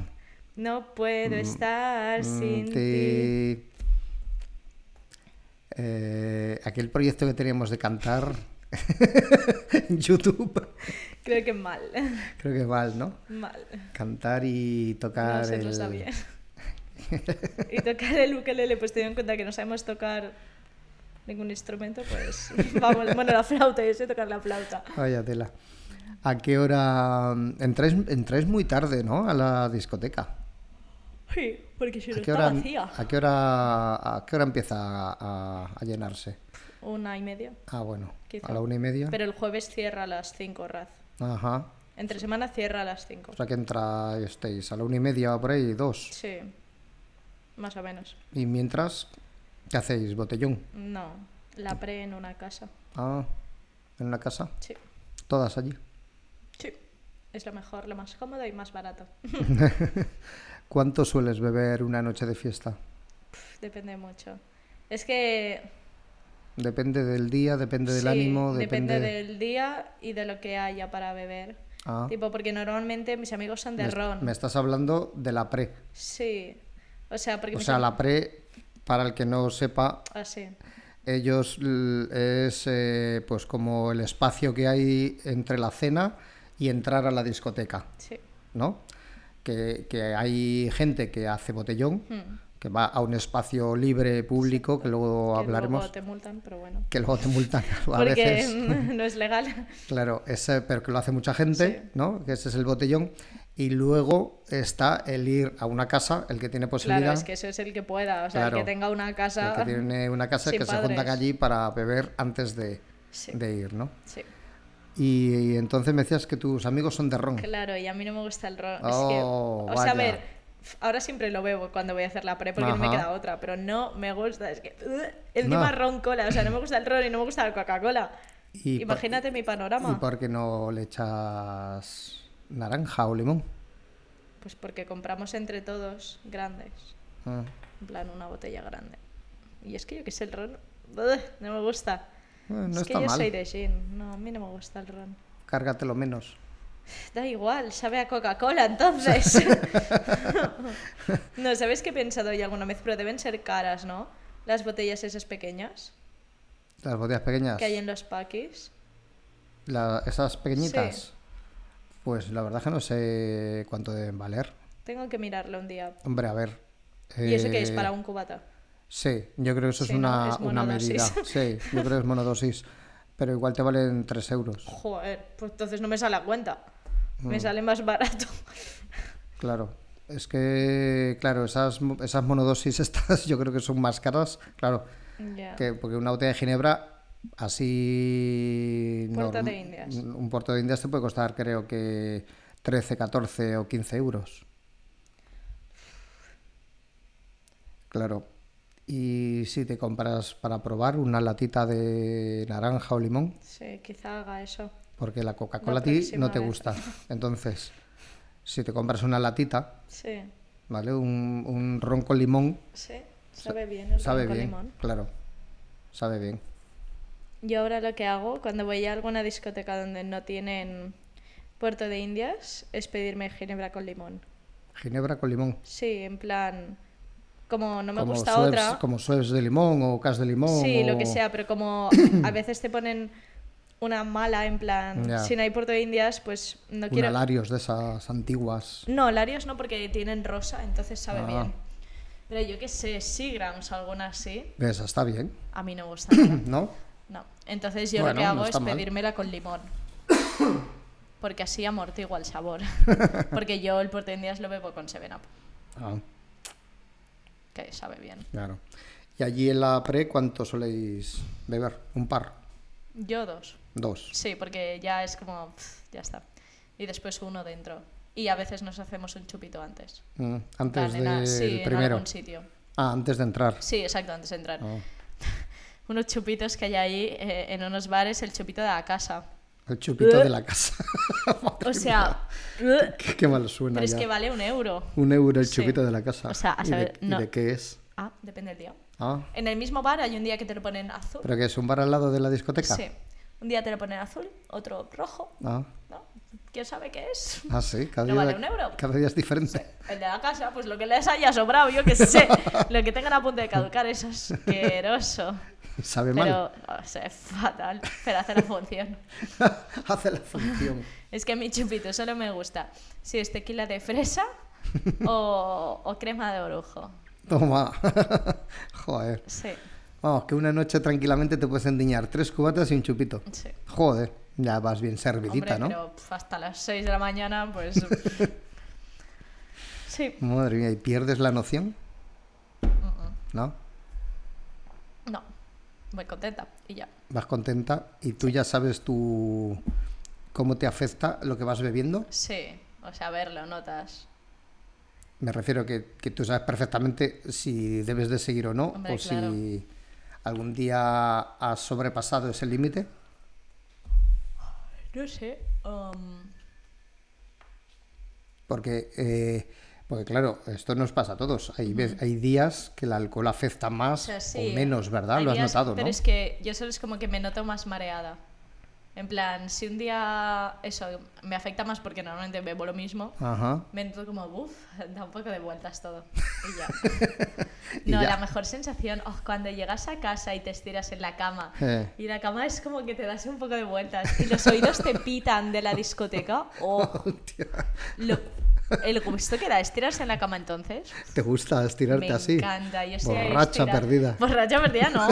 S2: No puedo estar sin
S1: Mm,
S2: ti.
S1: ti. Eh, aquel proyecto que teníamos de cantar en YouTube,
S2: Creo que mal.
S1: creo que mal, ¿no?
S2: Mal.
S1: Cantar y tocar
S2: No se
S1: el-
S2: nos da bien. y tocar el ukelele, pues teniendo en cuenta que no sabemos tocar ningún instrumento, pues vamos, bueno, la flauta, yo sé tocar la flauta.
S1: Vaya tela. ¿A qué hora mm, entráis, entráis muy tarde, ¿no? A la discoteca.
S2: Sí, porque si no
S1: ¿A qué
S2: está
S1: hora,
S2: vacía.
S1: a qué hora, a qué hora empieza a, a- a llenarse?
S2: Una y media.
S1: Ah, bueno,
S2: Quizá.
S1: a la una y media.
S2: Pero el jueves cierra a las 5, Raz.
S1: Ajá.
S2: Entre semana cierra a las 5.
S1: O sea que entra, estéis a la una y media por ahí, dos.
S2: Sí, más o menos.
S1: Y mientras, ¿qué hacéis? ¿Botellón?
S2: No, la pre en una casa.
S1: Ah, en una casa.
S2: Sí,
S1: Todas allí.
S2: sí. Es lo mejor, lo más cómodo y más barato.
S1: ¿Cuánto sueles beber una noche de fiesta?
S2: Depende mucho. Es que
S1: Depende del día, depende del
S2: sí,
S1: ánimo, depende...
S2: depende del día y de lo que haya para beber.
S1: Ah,
S2: Tipo, porque normalmente mis amigos son de
S1: me,
S2: ron.
S1: me estás hablando de la pre.
S2: Sí. O sea, porque
S1: O
S2: mis
S1: sea,
S2: am- Ah,
S1: la pre, para el que no sepa,
S2: Así.
S1: ellos l- es eh, pues como el espacio que hay entre la cena y entrar a la discoteca,
S2: Sí.
S1: ¿no? Que, que hay gente que hace botellón,
S2: Hmm.
S1: que va a un espacio libre, público, que luego
S2: Que
S1: hablaremos,
S2: luego te multan, pero bueno.
S1: que luego te multan a
S2: porque
S1: veces.
S2: no es legal.
S1: Claro, ese, pero que lo hace mucha gente, ¿no? Que ese es el botellón. Y luego está el ir a una casa, el que tiene posibilidad.
S2: Claro, es que eso es el que pueda. O sea,
S1: Pues Claro.
S2: el que tenga una
S1: el
S2: casa.
S1: que tiene una casa
S2: sin
S1: que se juntan
S2: padres.
S1: allí para beber antes de,
S2: Sí.
S1: de ir, ¿no?
S2: Sí.
S1: Y, y entonces me decías que tus amigos son de ron.
S2: Claro, y a mí no me gusta el ron. Es que-
S1: Mm. Oh,
S2: o sea,
S1: vaya.
S2: a ver, ahora siempre lo bebo cuando voy a hacer la pre porque no me
S1: Ajá.
S2: queda otra, pero no me gusta. Es que. uh, encima
S1: No.
S2: ron cola. O sea, no me gusta el ron y no me gusta la Coca-Cola.
S1: Y por-
S2: Imagínate mi panorama.
S1: ¿Y por qué no le echas naranja o limón?
S2: Pues porque compramos entre todos grandes.
S1: Ah,
S2: En plan, una botella grande. Y es que yo que sé, el ron. ¡Ugh! no me gusta.
S1: bueno, no
S2: es que
S1: está
S2: yo
S1: mal.
S2: soy de gin. No, a mí no me gusta el ron.
S1: Cárgatelo menos.
S2: Da igual, sabe a Coca-Cola entonces. no, ¿sabes qué he pensado yo alguna vez? Pero deben ser caras, ¿no? Las botellas esas pequeñas
S1: Las botellas pequeñas.
S2: que hay en los paquis.
S1: La- esas pequeñitas.
S2: Sí.
S1: Pues la verdad es que no sé cuánto deben valer.
S2: Tengo que mirarlo un día.
S1: Hombre, a ver.
S2: ¿Y eso qué es?
S1: eh,
S2: ¿Para un cubata?
S1: Sí, yo creo que eso
S2: Sí,
S1: es,
S2: ¿no?
S1: una,
S2: Es
S1: una medida.
S2: monodosis.
S1: Sí, yo creo que es monodosis. Pero igual te valen 3 euros.
S2: Joder, pues entonces no me sale a cuenta.
S1: Mm.
S2: Me sale más barato.
S1: Claro. Es que, claro, esas, mo- esas monodosis estas yo creo que son más caras. Claro,
S2: Ya.
S1: que, porque una botella de ginebra así...
S2: Puerto
S1: norm-
S2: de Indias.
S1: Un puerto de Indias te puede costar creo que 13, 14 o 15 euros. Claro. Y si te compras para probar una latita de naranja o limón,
S2: Sí, quizá haga eso.
S1: porque la Coca-Cola
S2: La
S1: a ti
S2: próxima
S1: no te
S2: vez.
S1: gusta. Entonces, si te compras una latita,
S2: Sí,
S1: ¿vale? Un, un ron con limón,
S2: sí. Sabe bien el
S1: sabe
S2: ron con
S1: bien.
S2: limón.
S1: Claro, sabe bien.
S2: Yo ahora lo que hago cuando voy a alguna discoteca donde no tienen puerto de indias es pedirme ginebra con limón.
S1: Ginebra con limón.
S2: Sí, en plan, como no me gusta
S1: Schweppes-
S2: otra,
S1: como Schweppes de limón o cas de limón.
S2: sí, lo
S1: o-
S2: que sea, pero como a veces te ponen una mala, en plan,
S1: Ya.
S2: si no hay puerto de indias, pues no
S1: Un
S2: quiero...
S1: Alarios de esas antiguas.
S2: No, Larios no, porque tienen rosa, entonces sabe
S1: Ah.
S2: bien. Pero yo qué sé, Seagrams o alguna así,
S1: De esas, está bien,
S2: a mí no me gusta nada.
S1: ¿no?
S2: No. Entonces yo
S1: Bueno,
S2: lo que
S1: no
S2: hago es
S1: está mal.
S2: pedírmela con limón. Porque así amortigua el sabor. Porque yo el puerto de indias lo bebo con 7up,
S1: Ah,
S2: que sabe bien.
S1: claro. Y allí en la pre, ¿cuánto soléis beber? Un par,
S2: Yo dos.
S1: dos.
S2: Sí, porque ya es como. pf, Ya está. Y después uno dentro. Y a veces nos hacemos un chupito antes.
S1: Mm, Antes
S2: Plan, en a-
S1: del
S2: sí, en
S1: primero.
S2: algún sitio.
S1: Ah, antes de entrar.
S2: Sí, exacto, antes de entrar.
S1: Ah.
S2: Unos chupitos que hay ahí eh, en unos bares, el chupito de la casa.
S1: El chupito de la casa.
S2: O sea,
S1: qué, qué mal suena.
S2: pero es
S1: ya.
S2: que vale un euro.
S1: Un euro el
S2: Sí.
S1: chupito de la casa.
S2: O sea, a
S1: ¿Y de-
S2: saber,
S1: ¿Y de,
S2: no.
S1: qué es?
S2: Ah, depende del día.
S1: Ah,
S2: En el mismo bar hay un día que te lo ponen azul.
S1: ¿pero que es un bar al lado de la discoteca?
S2: Sí. Un día te lo ponen azul, otro rojo.
S1: Ah,
S2: ¿no? ¿Quién sabe qué es?
S1: ah, sí, cada
S2: Pero
S1: día,
S2: vale un euro.
S1: cada día es diferente.
S2: El de la casa, pues lo que les haya sobrado, yo que sé. Lo que tengan a punto de caducar es asqueroso.
S1: Sabe mal.
S2: Pero, o sea, es fatal. Pero hace la función.
S1: Hace la función.
S2: Es que mi chupito solo me gusta si es tequila de fresa o, o crema de orujo.
S1: Toma. Joder.
S2: Sí,
S1: Vamos, que una noche tranquilamente te puedes endiñar tres cubatas y un chupito.
S2: sí.
S1: Joder, ya vas bien servidita,
S2: Hombre,
S1: ¿no?
S2: pero pf, hasta las 6 de la mañana, pues. Sí, Mm,
S1: Madre mía, ¿y pierdes la noción? ¿No?
S2: no. Muy contenta y ya.
S1: Vas contenta y tú ya sabes tú cómo te afecta lo que vas bebiendo.
S2: Sí, o sea, verlo, notas.
S1: Me refiero que, que tú sabes perfectamente si debes de seguir o no,
S2: Hombre,
S1: o
S2: claro.
S1: si algún día has sobrepasado ese límite.
S2: No sé. um,
S1: Porque, eh, porque claro, esto nos pasa a todos. Hay, ve- hay días que el alcohol afecta más
S2: o sea,
S1: o,
S2: sí. ¿eh?
S1: menos, ¿verdad?
S2: Hay
S1: Lo has
S2: días-
S1: notado,
S2: Pero
S1: ¿no?
S2: es que yo solo es como que me noto más mareada. En plan, si un día eso me afecta más porque normalmente bebo lo mismo,
S1: Ajá.
S2: me noto como, uff, da un poco de vueltas todo. Y ya.
S1: Y
S2: no,
S1: ya.
S2: la mejor sensación, oh, cuando llegas a casa y te estiras en la cama.
S1: Eh.
S2: Y la cama es como que te das un poco de vueltas. Y los oídos te pitan de la discoteca. Oh,
S1: Hostia,
S2: lo- el gusto que da estirarse en la cama entonces.
S1: ¿Te gusta estirarte
S2: me
S1: así?
S2: encanta. Yo estoy ahí
S1: Borracha
S2: estirada.
S1: perdida.
S2: Borracha perdida no,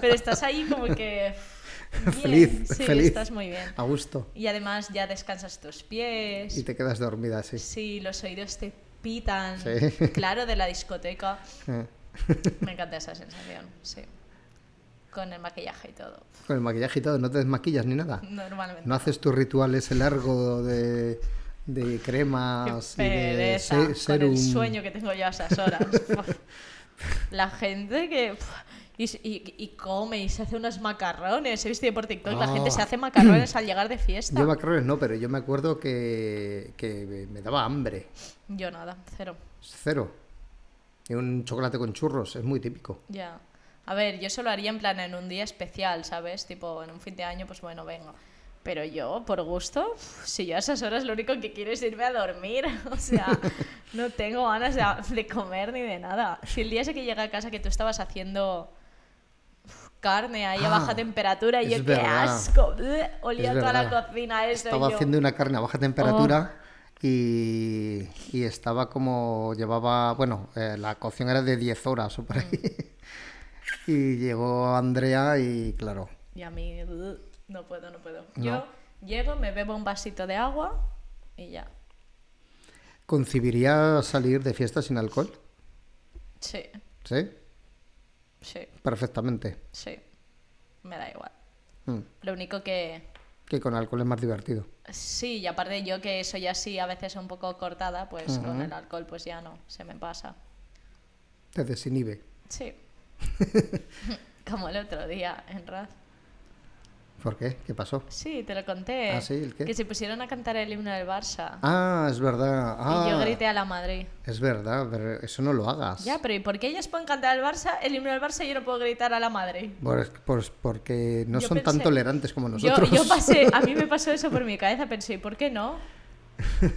S2: pero estás ahí como que... bien,
S1: feliz,
S2: sí,
S1: feliz.
S2: estás muy bien.
S1: A gusto.
S2: Y además ya descansas tus pies.
S1: Y te quedas dormida así.
S2: Sí, los oídos te pitan.
S1: Sí.
S2: Claro, de la discoteca.
S1: Eh,
S2: Me encanta esa sensación, sí. Con el maquillaje y todo.
S1: Con el maquillaje y todo, no te desmaquillas ni nada.
S2: Normalmente.
S1: No haces tus rituales ese largo de, de
S2: Qué
S1: cremas y Ah, de
S2: pereza,
S1: se-
S2: con
S1: serum.
S2: el sueño que tengo yo a esas horas. Puf. La gente que puf, y, y- y come y se hace unos macarrones. He visto por TikTok la gente
S1: Ah.
S2: se hace macarrones al llegar de fiesta.
S1: Yo
S2: Yo,
S1: macarrones no, pero yo me acuerdo que, que me daba hambre.
S2: nada, cero.
S1: Cero. Y un chocolate con churros, es muy típico.
S2: Ya. A ver, yo solo haría en plan en un día especial, ¿sabes? Tipo en un fin de año, pues bueno, vengo. Pero yo, por gusto, puf, si yo a esas horas lo único que quiero es irme a dormir. O sea, no tengo ganas de, de comer ni de nada. Si el día ese que llegué a casa que tú estabas haciendo uf, carne ahí
S1: Ah,
S2: a baja temperatura y
S1: es
S2: yo, qué
S1: verdad.
S2: asco. Bleh, olía
S1: Es
S2: toda
S1: verdad.
S2: la cocina eso. y
S1: Estaba
S2: yo, Oh.
S1: haciendo una carne a baja temperatura y, y estaba como. Llevaba. Bueno, eh, la cocción era de 10 horas o por ahí.
S2: Mm.
S1: Y llegó Andrea y, claro,
S2: Y a mí, bleh, no puedo, no puedo.
S1: No.
S2: Yo llego, me bebo un vasito de agua y ya.
S1: ¿concibiría salir de fiesta sin alcohol?
S2: Sí,
S1: Sí,
S2: sí.
S1: perfectamente.
S2: Sí, me da igual.
S1: Mm.
S2: Lo único que...
S1: Que con alcohol es más divertido.
S2: Sí, y aparte yo que soy así a veces un poco cortada, pues con el alcohol pues ya no, se me pasa.
S1: Te desinhibe.
S2: Sí. Como el otro día en Raz.
S1: ¿Por qué? ¿Qué pasó?
S2: Sí, te lo conté.
S1: Ah, sí, ¿el qué?
S2: Que se pusieron a cantar el himno del Barça.
S1: Ah, es verdad.
S2: Y yo
S1: Ah,
S2: grité a la Madrid.
S1: Es verdad, pero eso no lo hagas.
S2: Ya, pero ¿y por qué ellos pueden cantar el Barça, el himno del Barça y yo no puedo gritar a la Madrid?
S1: Por- por- porque no
S2: Yo
S1: son tan
S2: pensé-
S1: tolerantes como
S2: Yo,
S1: nosotros.
S2: yo pasé, a mí me pasó eso por mi cabeza, pensé, ¿y por qué no?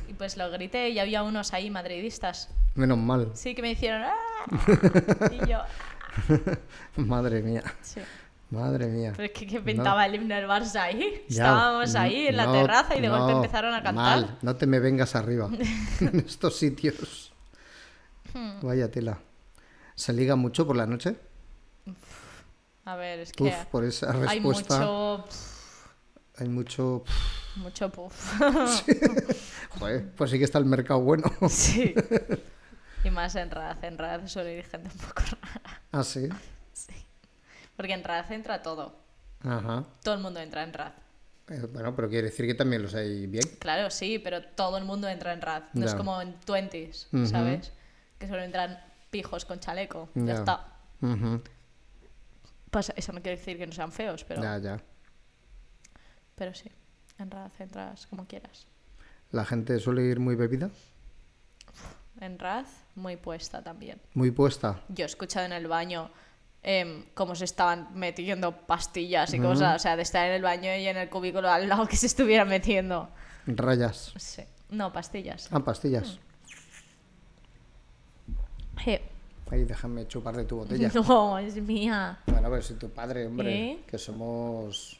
S2: Y pues lo grité y había unos ahí madridistas
S1: Menos mal.
S2: Sí, que me hicieron. "Ah", Y yo.
S1: Madre mía.
S2: sí.
S1: Madre mía.
S2: Pero es que, que pintaba el himno del Barça ahí.
S1: Ya,
S2: Pues Estábamos ahí en la
S1: no-
S2: terraza y de golpe
S1: no,
S2: empezaron a cantar.
S1: mal. no te me vengas arriba en estos sitios.
S2: Hmm.
S1: Vaya tela. ¿Se liga mucho por la noche?
S2: A ver, es que
S1: Uf, por esa
S2: hay
S1: respuesta.
S2: mucho. pf,
S1: Hay mucho-
S2: Mucho puff.
S1: Joder, pues sí que está el mercado bueno.
S2: sí. Y más en Raz. En Raz suele ir gente un poco rara.
S1: ah, sí.
S2: Porque en Raz entra todo.
S1: Ajá.
S2: Todo el mundo entra en Raz.
S1: Eh, Bueno, pero quiere decir que también los hay bien.
S2: Claro, sí, pero todo el mundo entra en Raz. No es
S1: Ya.
S2: como en Twenties,
S1: Ujú.
S2: ¿sabes? Que solo entran pijos con chaleco.
S1: Ya.
S2: Ya está.
S1: Ujú.
S2: Pasa- eso no quiere decir que no sean feos, pero,
S1: Ya, ya.
S2: pero sí. En Raz entras como quieras.
S1: ¿La gente suele ir muy bebida?
S2: En Raz, muy puesta también.
S1: Muy puesta.
S2: Yo he escuchado en el baño em, cómo se estaban metiendo pastillas y cosas. O sea, de estar en el baño y en el cubículo al lado que se estuvieran metiendo.
S1: Rayas.
S2: Sí. No, pastillas.
S1: Ah, pastillas.
S2: Eh,
S1: Ahí déjame chupar de tu botella.
S2: No, es mía.
S1: Bueno, pero si tu padre, hombre,
S2: ¿Eh?
S1: que somos.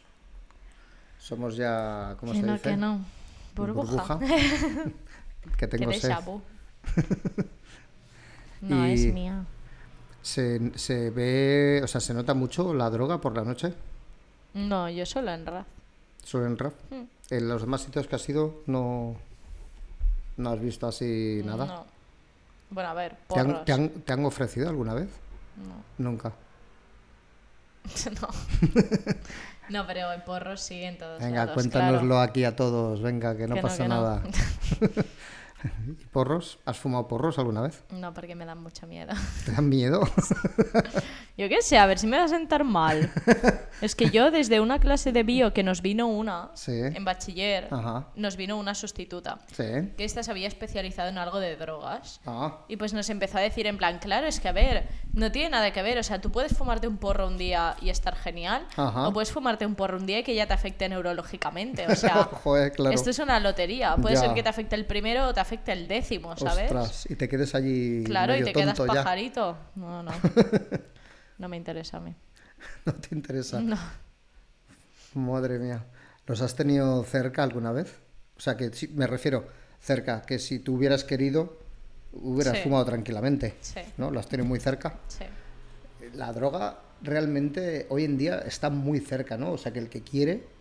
S1: Somos ya. ¿Cómo
S2: Que
S1: se
S2: no,
S1: dice?
S2: que no. Burbuja.
S1: que
S2: Que
S1: tengo
S2: de
S1: sed.
S2: shabu. No,
S1: Y-
S2: es mía.
S1: Se, se ve. O sea, se nota mucho la droga por la noche.
S2: No, yo solo en Raz.
S1: Solo en rap. En los demás sitios que has ido, no. No has visto así nada.
S2: No. Bueno, a ver,
S1: ¿Te, han,
S2: porros.
S1: te han- te han ofrecido alguna vez?
S2: No.
S1: Nunca.
S2: no. No, pero en porros sí, en todos
S1: Venga,
S2: lados,
S1: cuéntanoslo
S2: claro.
S1: aquí a todos. Venga, que no
S2: Que no,
S1: pasa
S2: que no.
S1: nada. ¿Y ¿Porros? ¿Has fumado porros alguna vez?
S2: No, porque me dan mucho miedo.
S1: ¿Te dan miedo?
S2: Yo qué sé, a ver si me va a sentar mal. es que yo desde una clase de bio que nos vino una,
S1: Sí.
S2: en bachiller,
S1: Ajá.
S2: nos vino una sustituta,
S1: sí.
S2: que esta se había especializado en algo de drogas.
S1: Ah,
S2: Y pues nos empezó a decir en plan, claro, es que a ver, no tiene nada que ver, o sea, tú puedes fumarte un porro un día y estar genial,
S1: Ajá.
S2: o puedes fumarte un porro un día y que ya te afecte neurológicamente, o sea,
S1: Joder, claro.
S2: esto es una lotería, puede
S1: Ya.
S2: ser que te afecte el primero o te afecte el décimo, ¿sabes?
S1: ostras. Y te quedes allí.
S2: claro, y
S1: medio
S2: te quedas
S1: tonto ya.
S2: pajarito. No, no, no me interesa a mí.
S1: No te interesa.
S2: No.
S1: Madre mía. ¿Los has tenido cerca alguna vez? O sea, que si- me refiero cerca, que si tú hubieras querido, hubieras
S2: Sí.
S1: fumado tranquilamente.
S2: Sí.
S1: ¿No? Lo has tenido muy cerca.
S2: Sí.
S1: La droga realmente hoy en día está muy cerca, ¿no? O sea, que el que quiere.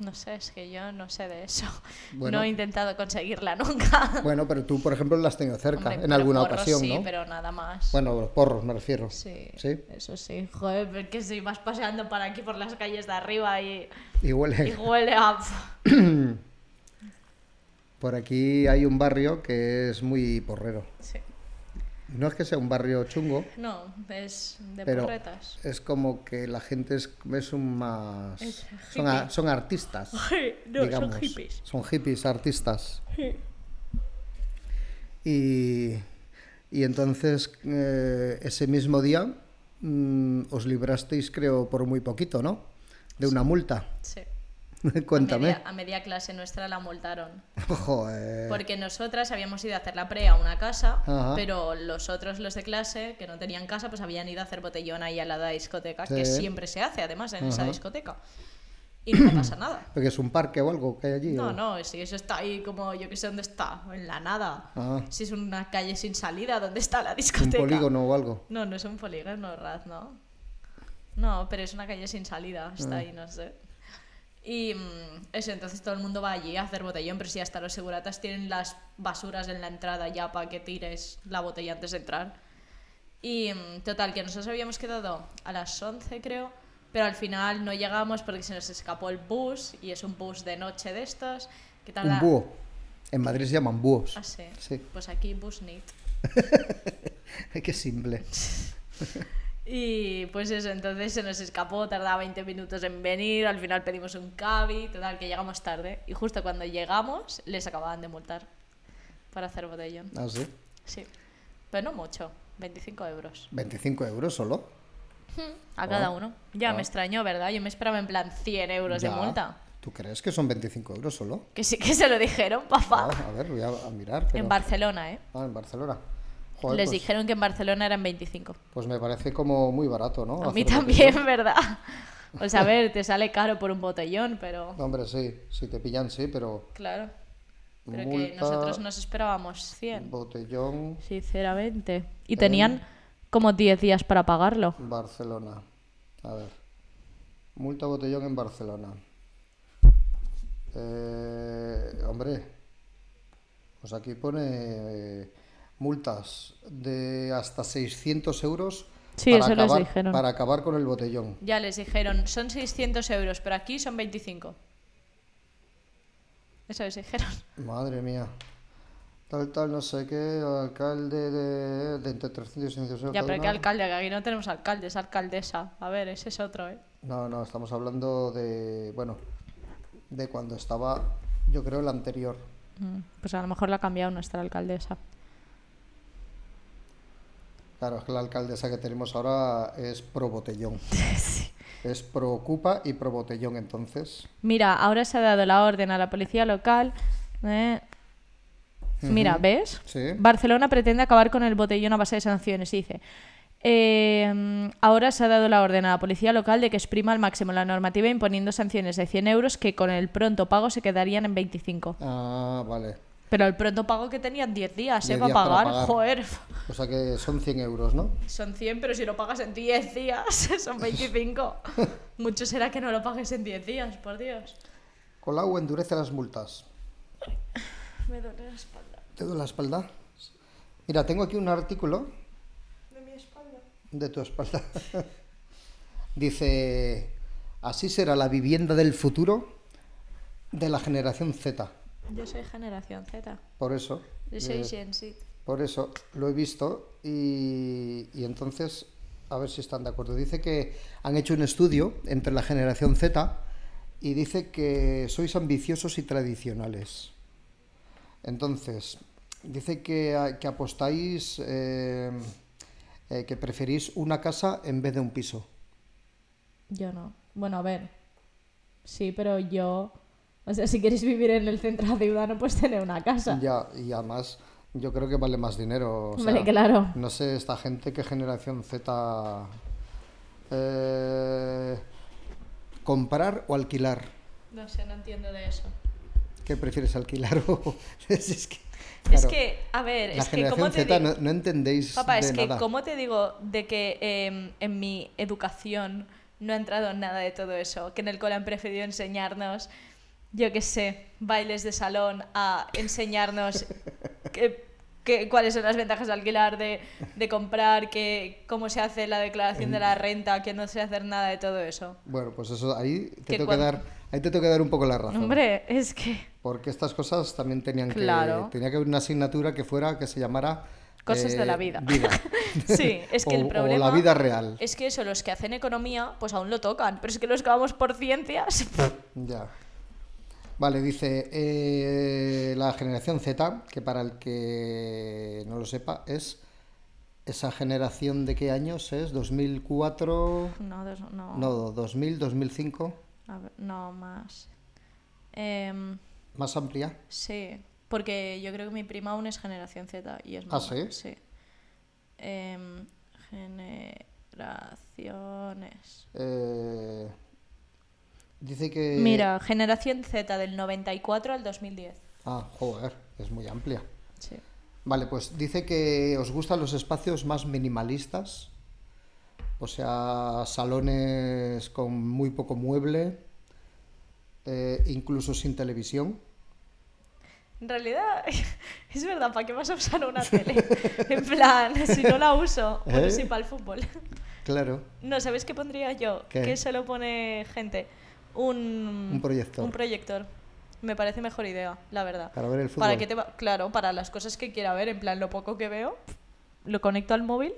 S2: No sé, es que yo no sé de eso.
S1: Bueno.
S2: No he intentado conseguirla nunca.
S1: Bueno, pero tú, por ejemplo, la has tenido cerca
S2: Hombre,
S1: en
S2: pero
S1: alguna
S2: porros
S1: ocasión,
S2: sí,
S1: ¿no?
S2: pero nada más.
S1: Bueno, los porros me refiero.
S2: Sí,
S1: ¿Sí?
S2: eso sí. Joder, pero que si vas paseando por aquí, por las calles de arriba y,
S1: Y huele.
S2: y huele a...
S1: Por aquí hay un barrio que es muy porrero.
S2: Sí.
S1: No es que sea un barrio chungo,
S2: No, es de
S1: pero
S2: porretas.
S1: es como que la gente es, es un más...
S2: Es
S1: son, a- son artistas,
S2: No,
S1: digamos.
S2: son hippies.
S1: Son hippies, artistas. Y, y entonces eh, ese mismo día mm, os librasteis, creo, por muy poquito, ¿no? De una multa.
S2: Sí. A
S1: Cuéntame.
S2: media, a media clase nuestra la multaron.
S1: Joder.
S2: Porque nosotras habíamos ido a hacer la pre a una casa,
S1: Ajá.
S2: pero los otros, los de clase, que no tenían casa, pues habían ido a hacer botellón ahí a la discoteca,
S1: Sí.
S2: que siempre se hace además en esa
S1: Ajá.
S2: discoteca. Y no pasa nada.
S1: Porque es un parque o algo que hay allí.
S2: No,
S1: o-
S2: no, si eso está ahí como yo que sé dónde está, en la nada.
S1: Ah.
S2: Si es una calle sin salida, ¿dónde está la
S1: Un
S2: discoteca?
S1: polígono o algo.
S2: No, no es un polígono, Raz, ¿no? No, pero es una calle sin salida, está
S1: Mm.
S2: ahí, no sé. Y mm, eso, entonces todo el mundo va allí a hacer botellón, pero si hasta los seguratas tienen las basuras en la entrada ya para que tires la botella antes de entrar. Y mm, total, que nosotros habíamos quedado a las 11 creo, pero al final no llegamos porque se nos escapó el bus y es un bus de noche de estos. Que tarda...
S1: Un búho. En Madrid se llaman búhos.
S2: Ah, sí.
S1: Sí.
S2: Pues aquí bus nit.
S1: Qué simple.
S2: Y pues eso, entonces se nos escapó, tardaba 20 minutos en venir, al final pedimos un cabi, total, que llegamos tarde. Y justo cuando llegamos, les acababan de multar para hacer botellón.
S1: Ah, sí.
S2: Sí, pero no mucho, 25 euros
S1: 25 euros solo.
S2: a
S1: Ah,
S2: cada uno. Ya
S1: ah.
S2: me extrañó, ¿verdad? Yo me esperaba en plan 100 euros
S1: Ya.
S2: de multa.
S1: ¿Tú crees que son 25 euros solo?
S2: Que sí que se lo dijeron, papá.
S1: Ah, a ver, voy a, a mirar. pero-
S2: En Barcelona, ¿eh?
S1: Ah, en Barcelona. Joder,
S2: les
S1: pues,
S2: dijeron que en Barcelona eran 25.
S1: Pues me parece como muy barato, ¿no?
S2: A mí
S1: Hacer
S2: también,
S1: botellón.
S2: ¿verdad? O sea, a ver, te sale caro por un botellón, pero...
S1: No, hombre, sí. Si te pillan, sí, pero
S2: Claro. Pero que
S1: Multa-
S2: nosotros nos esperábamos 100,
S1: botellón
S2: sinceramente. Y tenían como 10 días para pagarlo.
S1: Barcelona. A ver. Multa botellón en Barcelona. Eh, hombre. Pues aquí pone eh, multas de hasta 600 euros
S3: Sí, eso les
S1: acabar,
S3: dijeron.
S1: para acabar con el botellón.
S2: Ya les dijeron, son 600 euros, pero aquí son 25. Eso les dijeron.
S1: Madre mía. Tal, tal, no sé qué, alcalde de, de entre 300 y 600 euros.
S2: Ya,
S1: cada
S2: pero qué
S1: uno.
S2: alcalde, que aquí no tenemos alcalde, es alcaldesa. A ver, ese es otro, ¿eh?
S1: No, no, estamos hablando de, bueno, de cuando estaba, yo creo, el anterior.
S2: Mm, Pues a lo mejor la ha cambiado nuestra alcaldesa.
S1: Claro, es que la alcaldesa que tenemos ahora es pro botellón. Es pro ocupa y pro botellón, entonces.
S2: Mira, ahora se ha dado la orden a la policía local. eh. Mira,
S1: Ujú.
S2: ¿ves?
S1: Sí.
S2: Barcelona pretende acabar con el botellón a base de sanciones, dice. Eh, ahora se ha dado la orden a la policía local de que exprima al máximo la normativa imponiendo sanciones de 100 euros que con el pronto pago se quedarían en 25.
S1: Ah, vale.
S2: Pero el pronto pago que tenían 10 días, ¿eh?
S1: 10
S2: Para
S1: días para
S2: pagar,
S1: pagar.
S2: joder.
S1: O sea que son 100 euros, ¿no?
S2: Son 100, pero si lo pagas en 10 días, son 25. Mucho será que no lo pagues en 10 días, por Dios.
S1: Colau endurece las multas.
S2: Me duele la espalda.
S1: ¿Te duele la espalda? Mira, tengo aquí un artículo. De mi espalda. De tu espalda. Dice, así será la vivienda del futuro de la generación Z.
S2: Yo soy generación Z.
S1: Por eso.
S2: Yo soy
S1: eh,
S2: Gen Z.
S1: Por eso lo he visto y, y entonces a ver si están de acuerdo. Dice que han hecho un estudio entre la generación Z y dice que sois ambiciosos y tradicionales. Entonces, dice que, a- que apostáis, eh, eh, que preferís una casa en vez de un piso.
S2: Yo no. Bueno, a ver. Sí, pero yo. O sea, si quieres vivir en el centro de la ciudad, no puedes tener una casa.
S1: Ya, y además yo creo que vale más dinero. o
S2: Vale,
S1: sea,
S2: claro.
S1: No sé, esta gente que generación Z... eh, ¿Comprar o alquilar?
S2: No sé, no entiendo de eso.
S1: ¿Qué prefieres alquilar? o- es que,
S2: Es
S1: claro,
S2: que, a ver,
S1: la
S2: es que
S1: generación
S2: cómo te
S1: Z
S2: digo.
S1: no, no entendéis
S2: Papá,
S1: de
S2: es que
S1: nada.
S2: cómo te digo de que eh, en mi educación no ha entrado nada de todo eso, que en el cole han preferido enseñarnos, yo qué sé, bailes de salón a enseñarnos que- que- cuáles son las ventajas de alquilar, de, de comprar, que, cómo se hace la declaración de la renta, que no sé hacer nada de todo eso.
S1: Bueno, pues eso ahí te,
S2: Que
S1: tengo que
S2: cuan-
S1: dar, ahí te tengo que dar un poco la razón.
S2: Hombre, es que...
S1: Porque estas cosas también tenían
S2: Claro.
S1: que... Tenía que haber una asignatura que fuera, que se llamara... eh,
S2: Cosas de la vida. Sí, es que
S1: O-
S2: el problema...
S1: O la vida real.
S2: Es que eso, los que hacen economía, pues aún lo tocan, pero es que los que vamos por ciencias...
S1: Ya. Vale, dice eh, la generación Z, que para el que no lo sepa, es esa generación de qué años es, 2004,
S2: No, dos- no.
S1: no, 2000, 2005,
S2: A ver, no, más. Em,
S1: más amplia.
S2: sí, porque yo creo que mi prima aún es generación Z y es
S1: ¿Ah,
S2: más.
S1: sí?
S2: Em, generaciones.
S1: Eh, dice que...
S2: Mira, generación Z del 94 al 2010.
S1: Ah, joder, es muy amplia.
S2: Sí.
S1: Vale, pues dice que os gustan los espacios más minimalistas, o sea, salones con muy poco mueble, eh, incluso sin televisión.
S2: En realidad, es verdad, ¿para qué vas a usar una tele? En plan, si no la uso, bueno,
S1: ¿Eh?
S2: sí, para el fútbol.
S1: Claro,
S2: No, ¿sabes qué pondría yo?
S1: ¿Qué?
S2: Que solo pone gente. Un,
S1: Un proyector.
S2: Un proyector. Me parece mejor idea, la verdad.
S1: Para ver el
S2: Para
S1: fútbol.
S2: que te va- Claro, para las cosas que quiera ver, en plan lo poco que veo, lo conecto al móvil.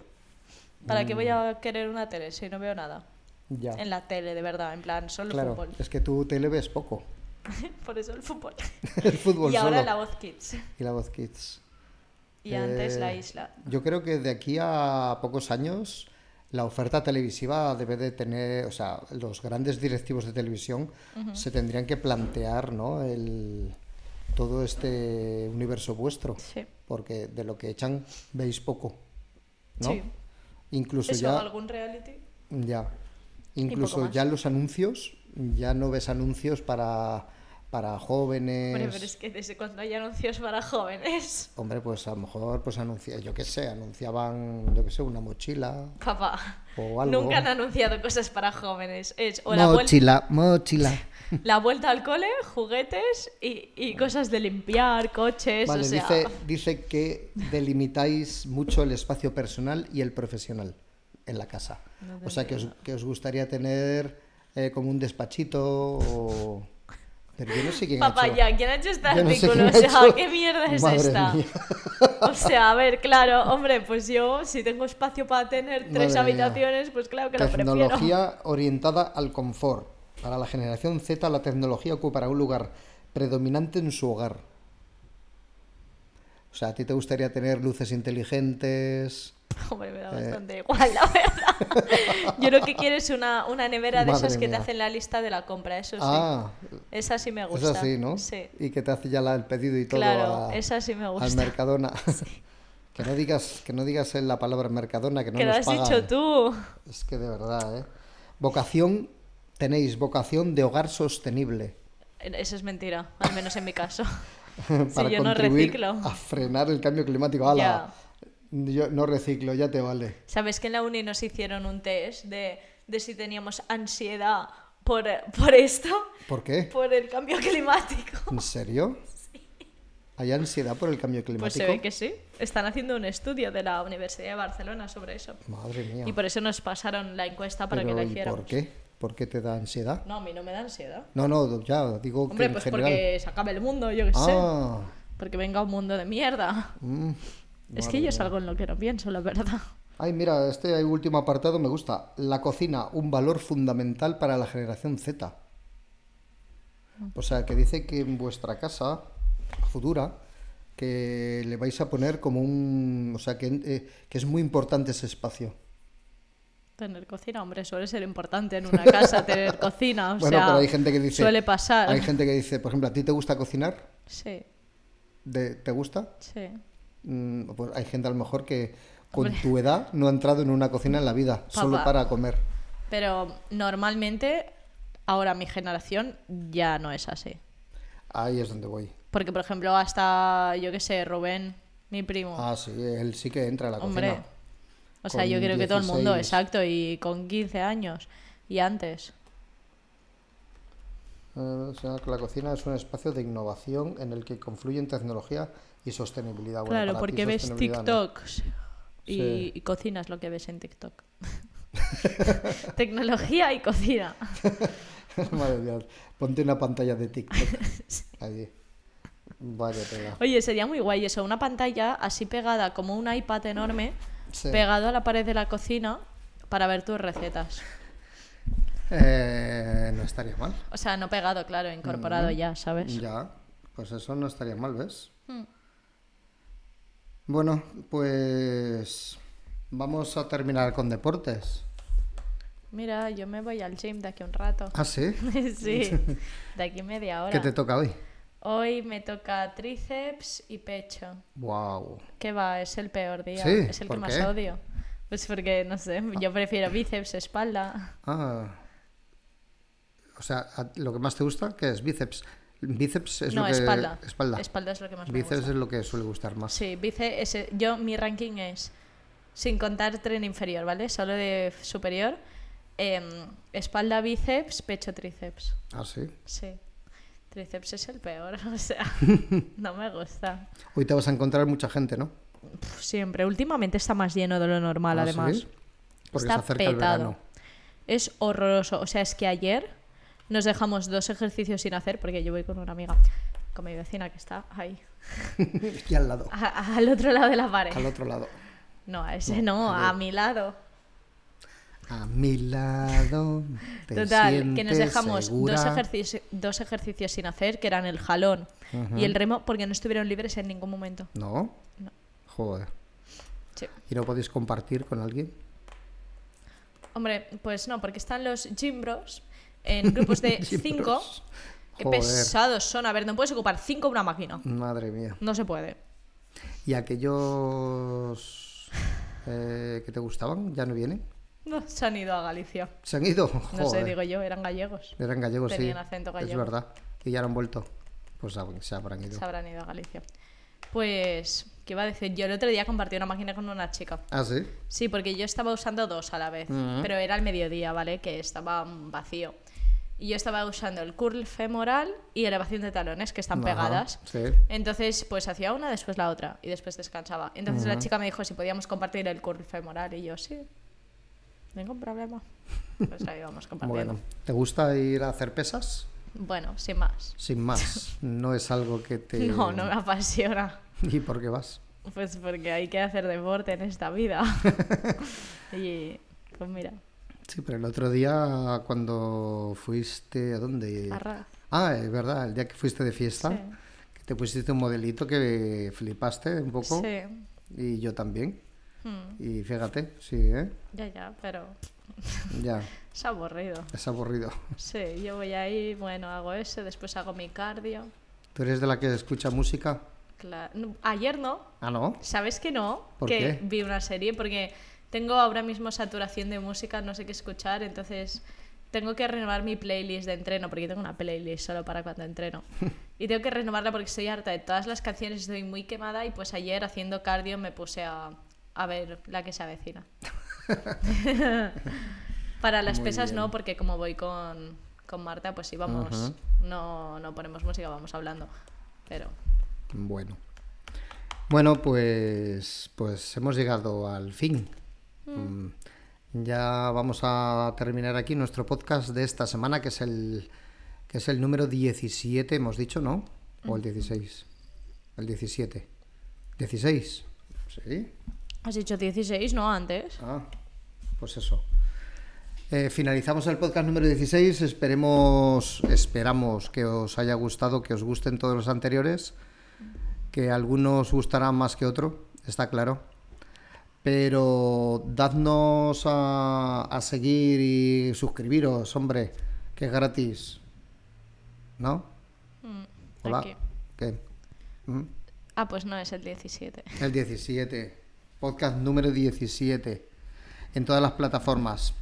S2: ¿Para qué voy a querer una tele si no veo nada?
S1: Mm. ya.
S2: En la tele, de verdad, en plan solo
S1: claro,
S2: fútbol.
S1: es que tú tele ves poco.
S2: Por eso el fútbol.
S1: el fútbol
S2: y ahora
S1: solo.
S2: la voz kids.
S1: Y la voz kids.
S2: Y antes
S1: Eh,
S2: la isla.
S1: Yo creo que de aquí a pocos años la oferta televisiva debe de tener, o sea, los grandes directivos de televisión se tendrían que plantear, ¿no? El, todo este universo vuestro,
S2: Sí.
S1: porque de lo que echan veis poco, ¿no?
S2: Sí.
S1: Incluso
S2: ¿Eso,
S1: ya,
S2: algún reality?
S1: ya,
S2: poco
S1: incluso
S2: más.
S1: ya los anuncios, ya no ves anuncios para para jóvenes.
S2: Bueno, pero es que desde cuando hay anuncios para jóvenes.
S1: Hombre, pues a lo mejor pues anuncia, yo qué sé, anunciaban, yo qué sé, una mochila.
S2: Papá,
S1: O algo.
S2: nunca han anunciado cosas para jóvenes. Es o la, vuel-
S1: Mochila, mochila.
S2: la vuelta al cole, juguetes y, y cosas de limpiar, coches,
S1: Vale,
S2: o sea...
S1: dice, dice que delimitáis mucho el espacio personal y el profesional en la casa.
S2: No te
S1: o sea, que os, que os gustaría tener eh, como un despachito o... Pero yo no sé quién ha
S2: Papá,
S1: hecho-
S2: ya, ¿quién ha hecho este
S1: yo no sé
S2: artículo?
S1: quién ha
S2: o sea,
S1: hecho-
S2: ¿qué mierda es
S1: Madre
S2: esta?
S1: mía.
S2: O sea, a ver, claro, hombre, pues yo, si tengo espacio para tener tres
S1: Madre mía.
S2: habitaciones, pues claro que lo prefiero.
S1: Tecnología orientada al confort. Para la generación Z, la tecnología ocupará un lugar predominante en su hogar. O sea, ¿a ti te gustaría tener luces inteligentes?
S2: Hombre, me da
S1: Eh.
S2: bastante igual, la verdad. Yo lo que quiero es una, una nevera de
S1: Madre
S2: esas que
S1: mía.
S2: te hacen la lista de la compra, eso sí.
S1: Ah,
S2: esa sí me
S1: es
S2: gusta.
S1: así, ¿no?
S2: Sí.
S1: Y que te hace ya la- el pedido y todo
S2: Claro,
S1: a-
S2: esa sí me
S1: al
S2: gusta.
S1: Mercadona. Que no digas, que no digas la palabra Mercadona, que no
S2: que lo
S1: nos
S2: has
S1: pagan.
S2: dicho tú.
S1: Es que de verdad, ¿eh? Vocación, tenéis vocación de hogar sostenible.
S2: Eso es mentira, al menos en mi caso.
S1: para
S2: yo no
S1: contribuir
S2: reciclo.
S1: a frenar el cambio climático. ¡Hala! Yo no reciclo, ya te vale.
S2: ¿Sabes que en la uni nos hicieron un test de, de si teníamos ansiedad por, por esto?
S1: ¿Por qué?
S2: Por el cambio climático.
S1: ¿En serio? ¿Hay ansiedad por el cambio climático?
S2: Pues se ve que sí. Están haciendo un estudio de la Universidad de Barcelona sobre eso.
S1: Madre mía.
S2: Y por eso nos pasaron la encuesta para
S1: Pero,
S2: que la
S1: ¿y
S2: hiciéramos.
S1: por qué? ¿Por qué te da ansiedad?
S2: No, a mí no me da ansiedad.
S1: No, no, ya digo
S2: Hombre,
S1: que en
S2: pues
S1: general.
S2: porque se acabe el mundo, yo qué
S1: Ah,
S2: sé. Porque venga un mundo de mierda.
S1: mm,
S2: es
S1: madre
S2: que yo
S1: mía.
S2: es algo en lo que no pienso, la verdad.
S1: Ay, mira, este último apartado me gusta. La cocina, un valor fundamental para la generación Z. O sea, que dice que en vuestra casa futura, que le vais a poner como un... O sea, que, eh, que es muy importante ese espacio.
S2: Tener cocina, hombre, suele ser importante en una casa tener cocina. Ah, O
S1: bueno,
S2: sea,
S1: pero hay gente que dice...
S2: Suele pasar.
S1: Hay gente que dice, por ejemplo, ¿a ti te gusta cocinar?
S2: Sí,
S1: ¿De- ¿Te gusta?
S2: sí.
S1: Mm, pues hay gente a lo mejor que con tu edad no ha entrado en una cocina en la vida, solo
S2: Papá.
S1: para comer.
S2: Pero normalmente, ahora mi generación ya no es así.
S1: Ahí es donde voy.
S2: Porque, por ejemplo, hasta, yo qué sé, Rubén, mi primo.
S1: Ah, sí, él sí que entra a la
S2: hombre.
S1: cocina.
S2: O sea,
S1: Con
S2: yo creo que todo el mundo,
S1: 16.
S2: exacto, y con 15 años y antes.
S1: Ah, Eh, o sea, que la cocina es un espacio de innovación en el que confluyen tecnología y sostenibilidad. Bueno,
S2: claro,
S1: para ti
S2: porque ves
S1: sostenibilidad no.
S2: TikToks y,
S1: Sí.
S2: y cocinas lo que ves en TikTok. Tecnología y cocina.
S1: Madre mía, ponte una pantalla de TikTok. Allí. Vaya tela.
S2: Oye, sería muy guay eso, una pantalla así pegada como un iPad enorme,
S1: Sí.
S2: pegado a la pared de la cocina para ver tus recetas.
S1: Eh, no estaría mal.
S2: O sea, no pegado, claro, incorporado ya, ¿sabes?
S1: Mm. Ya, pues eso no estaría mal, ¿ves?
S2: Hmm.
S1: Bueno, pues vamos a terminar con deportes.
S2: Mira, yo me voy al gym de aquí un rato.
S1: Ah, sí.
S2: sí, de aquí media hora.
S1: ¿Qué te toca hoy?
S2: Hoy me toca tríceps y pecho.
S1: Wow.
S2: ¿Qué va? Es el peor día.
S1: Sí,
S2: es el que
S1: ¿por
S2: más
S1: qué?
S2: odio. Pues porque, no sé, yo prefiero bíceps, espalda.
S1: Ah. O sea, a- lo que más te gusta, ¿qué es? Bíceps. Bíceps es
S2: no,
S1: lo que.
S2: espalda.
S1: Espalda.
S2: es lo que más me
S1: Bíceps
S2: gusta.
S1: es lo que suele gustar más.
S2: Sí, bíceps. es- Yo, mi ranking es, sin contar tren inferior, ¿vale? Solo de superior. em, espalda, bíceps, pecho, tríceps.
S1: Ah, sí.
S2: Sí. Tríceps es el peor, o sea, no me gusta.
S1: Hoy te vas a encontrar mucha gente, ¿no?
S2: Puf, siempre. Últimamente está más lleno de lo normal,
S1: Ah,
S2: además.
S1: ¿sí? Porque
S2: Está
S1: se acerca el
S2: petado.
S1: verano.
S2: Es horroroso. O sea, es que ayer nos dejamos dos ejercicios sin hacer, porque yo voy con una amiga, con mi vecina que está ahí,
S1: Aquí al lado.
S2: a- al otro lado de la pared.
S1: Al otro lado.
S2: No, a ese no, a mi lado.
S1: A mi lado. te
S2: Total, que nos
S1: sientes
S2: dejamos
S1: segura.
S2: dos, ejercici- dos ejercicios sin hacer, que eran el jalón y el remo, porque no estuvieron libres en ningún momento.
S1: No.
S2: No.
S1: Joder.
S2: Sí.
S1: ¿Y no podéis compartir con alguien?
S2: Hombre, pues no, porque están los gym bros en grupos de
S1: Gym
S2: Eh, cinco.
S1: bros.
S2: Qué
S1: Joder.
S2: pesados son. A ver, no puedes ocupar cinco una máquina.
S1: Madre mía.
S2: No se puede.
S1: ¿Y aquellos eh, que te gustaban ya no vienen?
S2: No, se han ido a Galicia.
S1: ¿Se han ido?
S2: No sé,
S1: Joder.
S2: digo yo, eran gallegos.
S1: Eran gallegos,
S2: Tenían
S1: sí.
S2: acento
S1: Es
S2: gallego.
S1: verdad. Y ya no han vuelto. Pues hab- se habrán ido.
S2: Se habrán ido a Galicia. Pues, ¿qué iba a decir? Yo el otro día compartí una máquina con una chica.
S1: Ah, sí.
S2: Sí, porque yo estaba usando dos a la vez,
S1: Ujú.
S2: pero era el mediodía, ¿vale? Que estaba mm, vacío. Y yo estaba usando el curl femoral y elevación de talones, que están
S1: Ajá,
S2: pegadas.
S1: Sí.
S2: Entonces, pues hacía una, después la otra y después descansaba. Entonces la chica me dijo si podíamos compartir el curl femoral y yo, sí, ningún problema. Pues ahí vamos compartiendo.
S1: Bueno, ¿te gusta ir a hacer pesas?
S2: Bueno, sin más.
S1: Sin más. No es algo que te.
S2: No, no me apasiona.
S1: ¿Y por qué vas?
S2: Pues porque hay que hacer deporte en esta vida. y pues mira,
S1: Sí, pero el otro día cuando fuiste a dónde?
S2: A Raz.
S1: Ah, es verdad, el día que fuiste de fiesta,
S2: Sí.
S1: que te pusiste un modelito que flipaste un poco
S2: Sí.
S1: y yo también.
S2: Hmm,
S1: Y fíjate, sí, ¿eh?
S2: Ya, ya, pero
S1: Ya,
S2: es aburrido.
S1: es aburrido.
S2: Sí, yo voy ahí, bueno, hago eso, después hago mi cardio.
S1: ¿Tú eres de la que escucha música?
S2: Cla- no, Ayer no,
S1: Ah, no.
S2: ¿sabes que no?
S1: ¿Por
S2: que
S1: qué?
S2: vi una serie porque tengo ahora mismo saturación de música, no sé qué escuchar, entonces tengo que renovar mi playlist de entreno porque tengo una playlist solo para cuando entreno. Y tengo que renovarla porque estoy harta de todas las canciones, estoy muy quemada y pues ayer haciendo cardio me puse a, a ver la que se avecina. Para las
S1: Muy
S2: pesas
S1: bien.
S2: no, porque como voy con, con Marta, pues sí, vamos,
S1: Ajá.
S2: no, no ponemos música, vamos hablando. Pero
S1: Bueno. Bueno, pues, pues hemos llegado al fin. Mm, Ya vamos a terminar aquí nuestro podcast de esta semana, que es el, que es el número 17, hemos dicho, ¿no? ¿O el 16? El 17. ¿16? Sí.
S2: has dicho 16, ¿no? Antes.
S1: Ah, pues eso. Eh, finalizamos el podcast número 16. Esperemos, esperamos que os haya gustado, que os gusten todos los anteriores, que algunos gustarán más que otro, está claro. Pero dadnos a, a seguir y suscribiros, hombre, que es gratis. ¿No? Hola.
S2: Mm, aquí.
S1: ¿Qué? ¿Mm?
S2: Ah, pues no, es el 17.
S1: El 17. Podcast número 17. En todas las plataformas.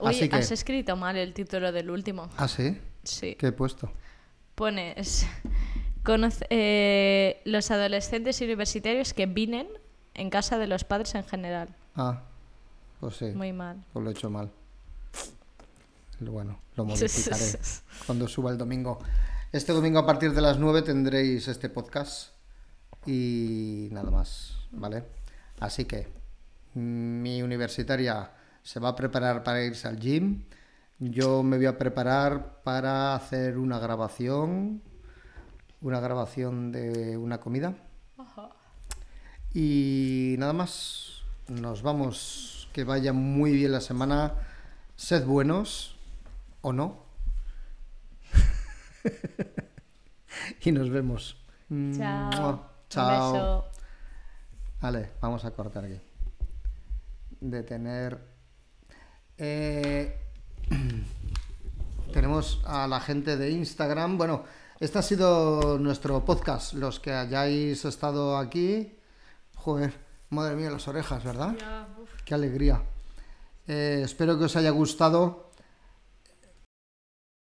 S2: Oye,
S1: Así que-
S2: has escrito mal el título del último.
S1: Ah, sí.
S2: Sí.
S1: ¿Qué he puesto?
S2: Pones conoce- eh, los adolescentes y universitarios que vienen en casa de los padres en general.
S1: Ah, pues sí.
S2: Muy mal.
S1: Pues lo he hecho mal. Bueno, lo modificaré cuando suba el domingo. Este domingo a partir de las 9 tendréis este podcast y nada más, ¿vale? Así que mm, mi universitaria se va a preparar para irse al gym. Yo me voy a preparar para hacer una grabación, una grabación de una comida. Y nada más, nos vamos. Que vaya muy bien la semana. Sed buenos o no. y nos vemos.
S2: Chao.
S1: Mm. Mua.
S2: Un
S1: Chao.
S2: beso.
S1: Vale, vamos a cortar aquí. Detener. Eh, tenemos a la gente de Instagram. Bueno, este ha sido nuestro podcast. Los que hayáis estado aquí. Joder, madre mía, las orejas, ¿verdad? Qué alegría. Eh, espero que os haya gustado.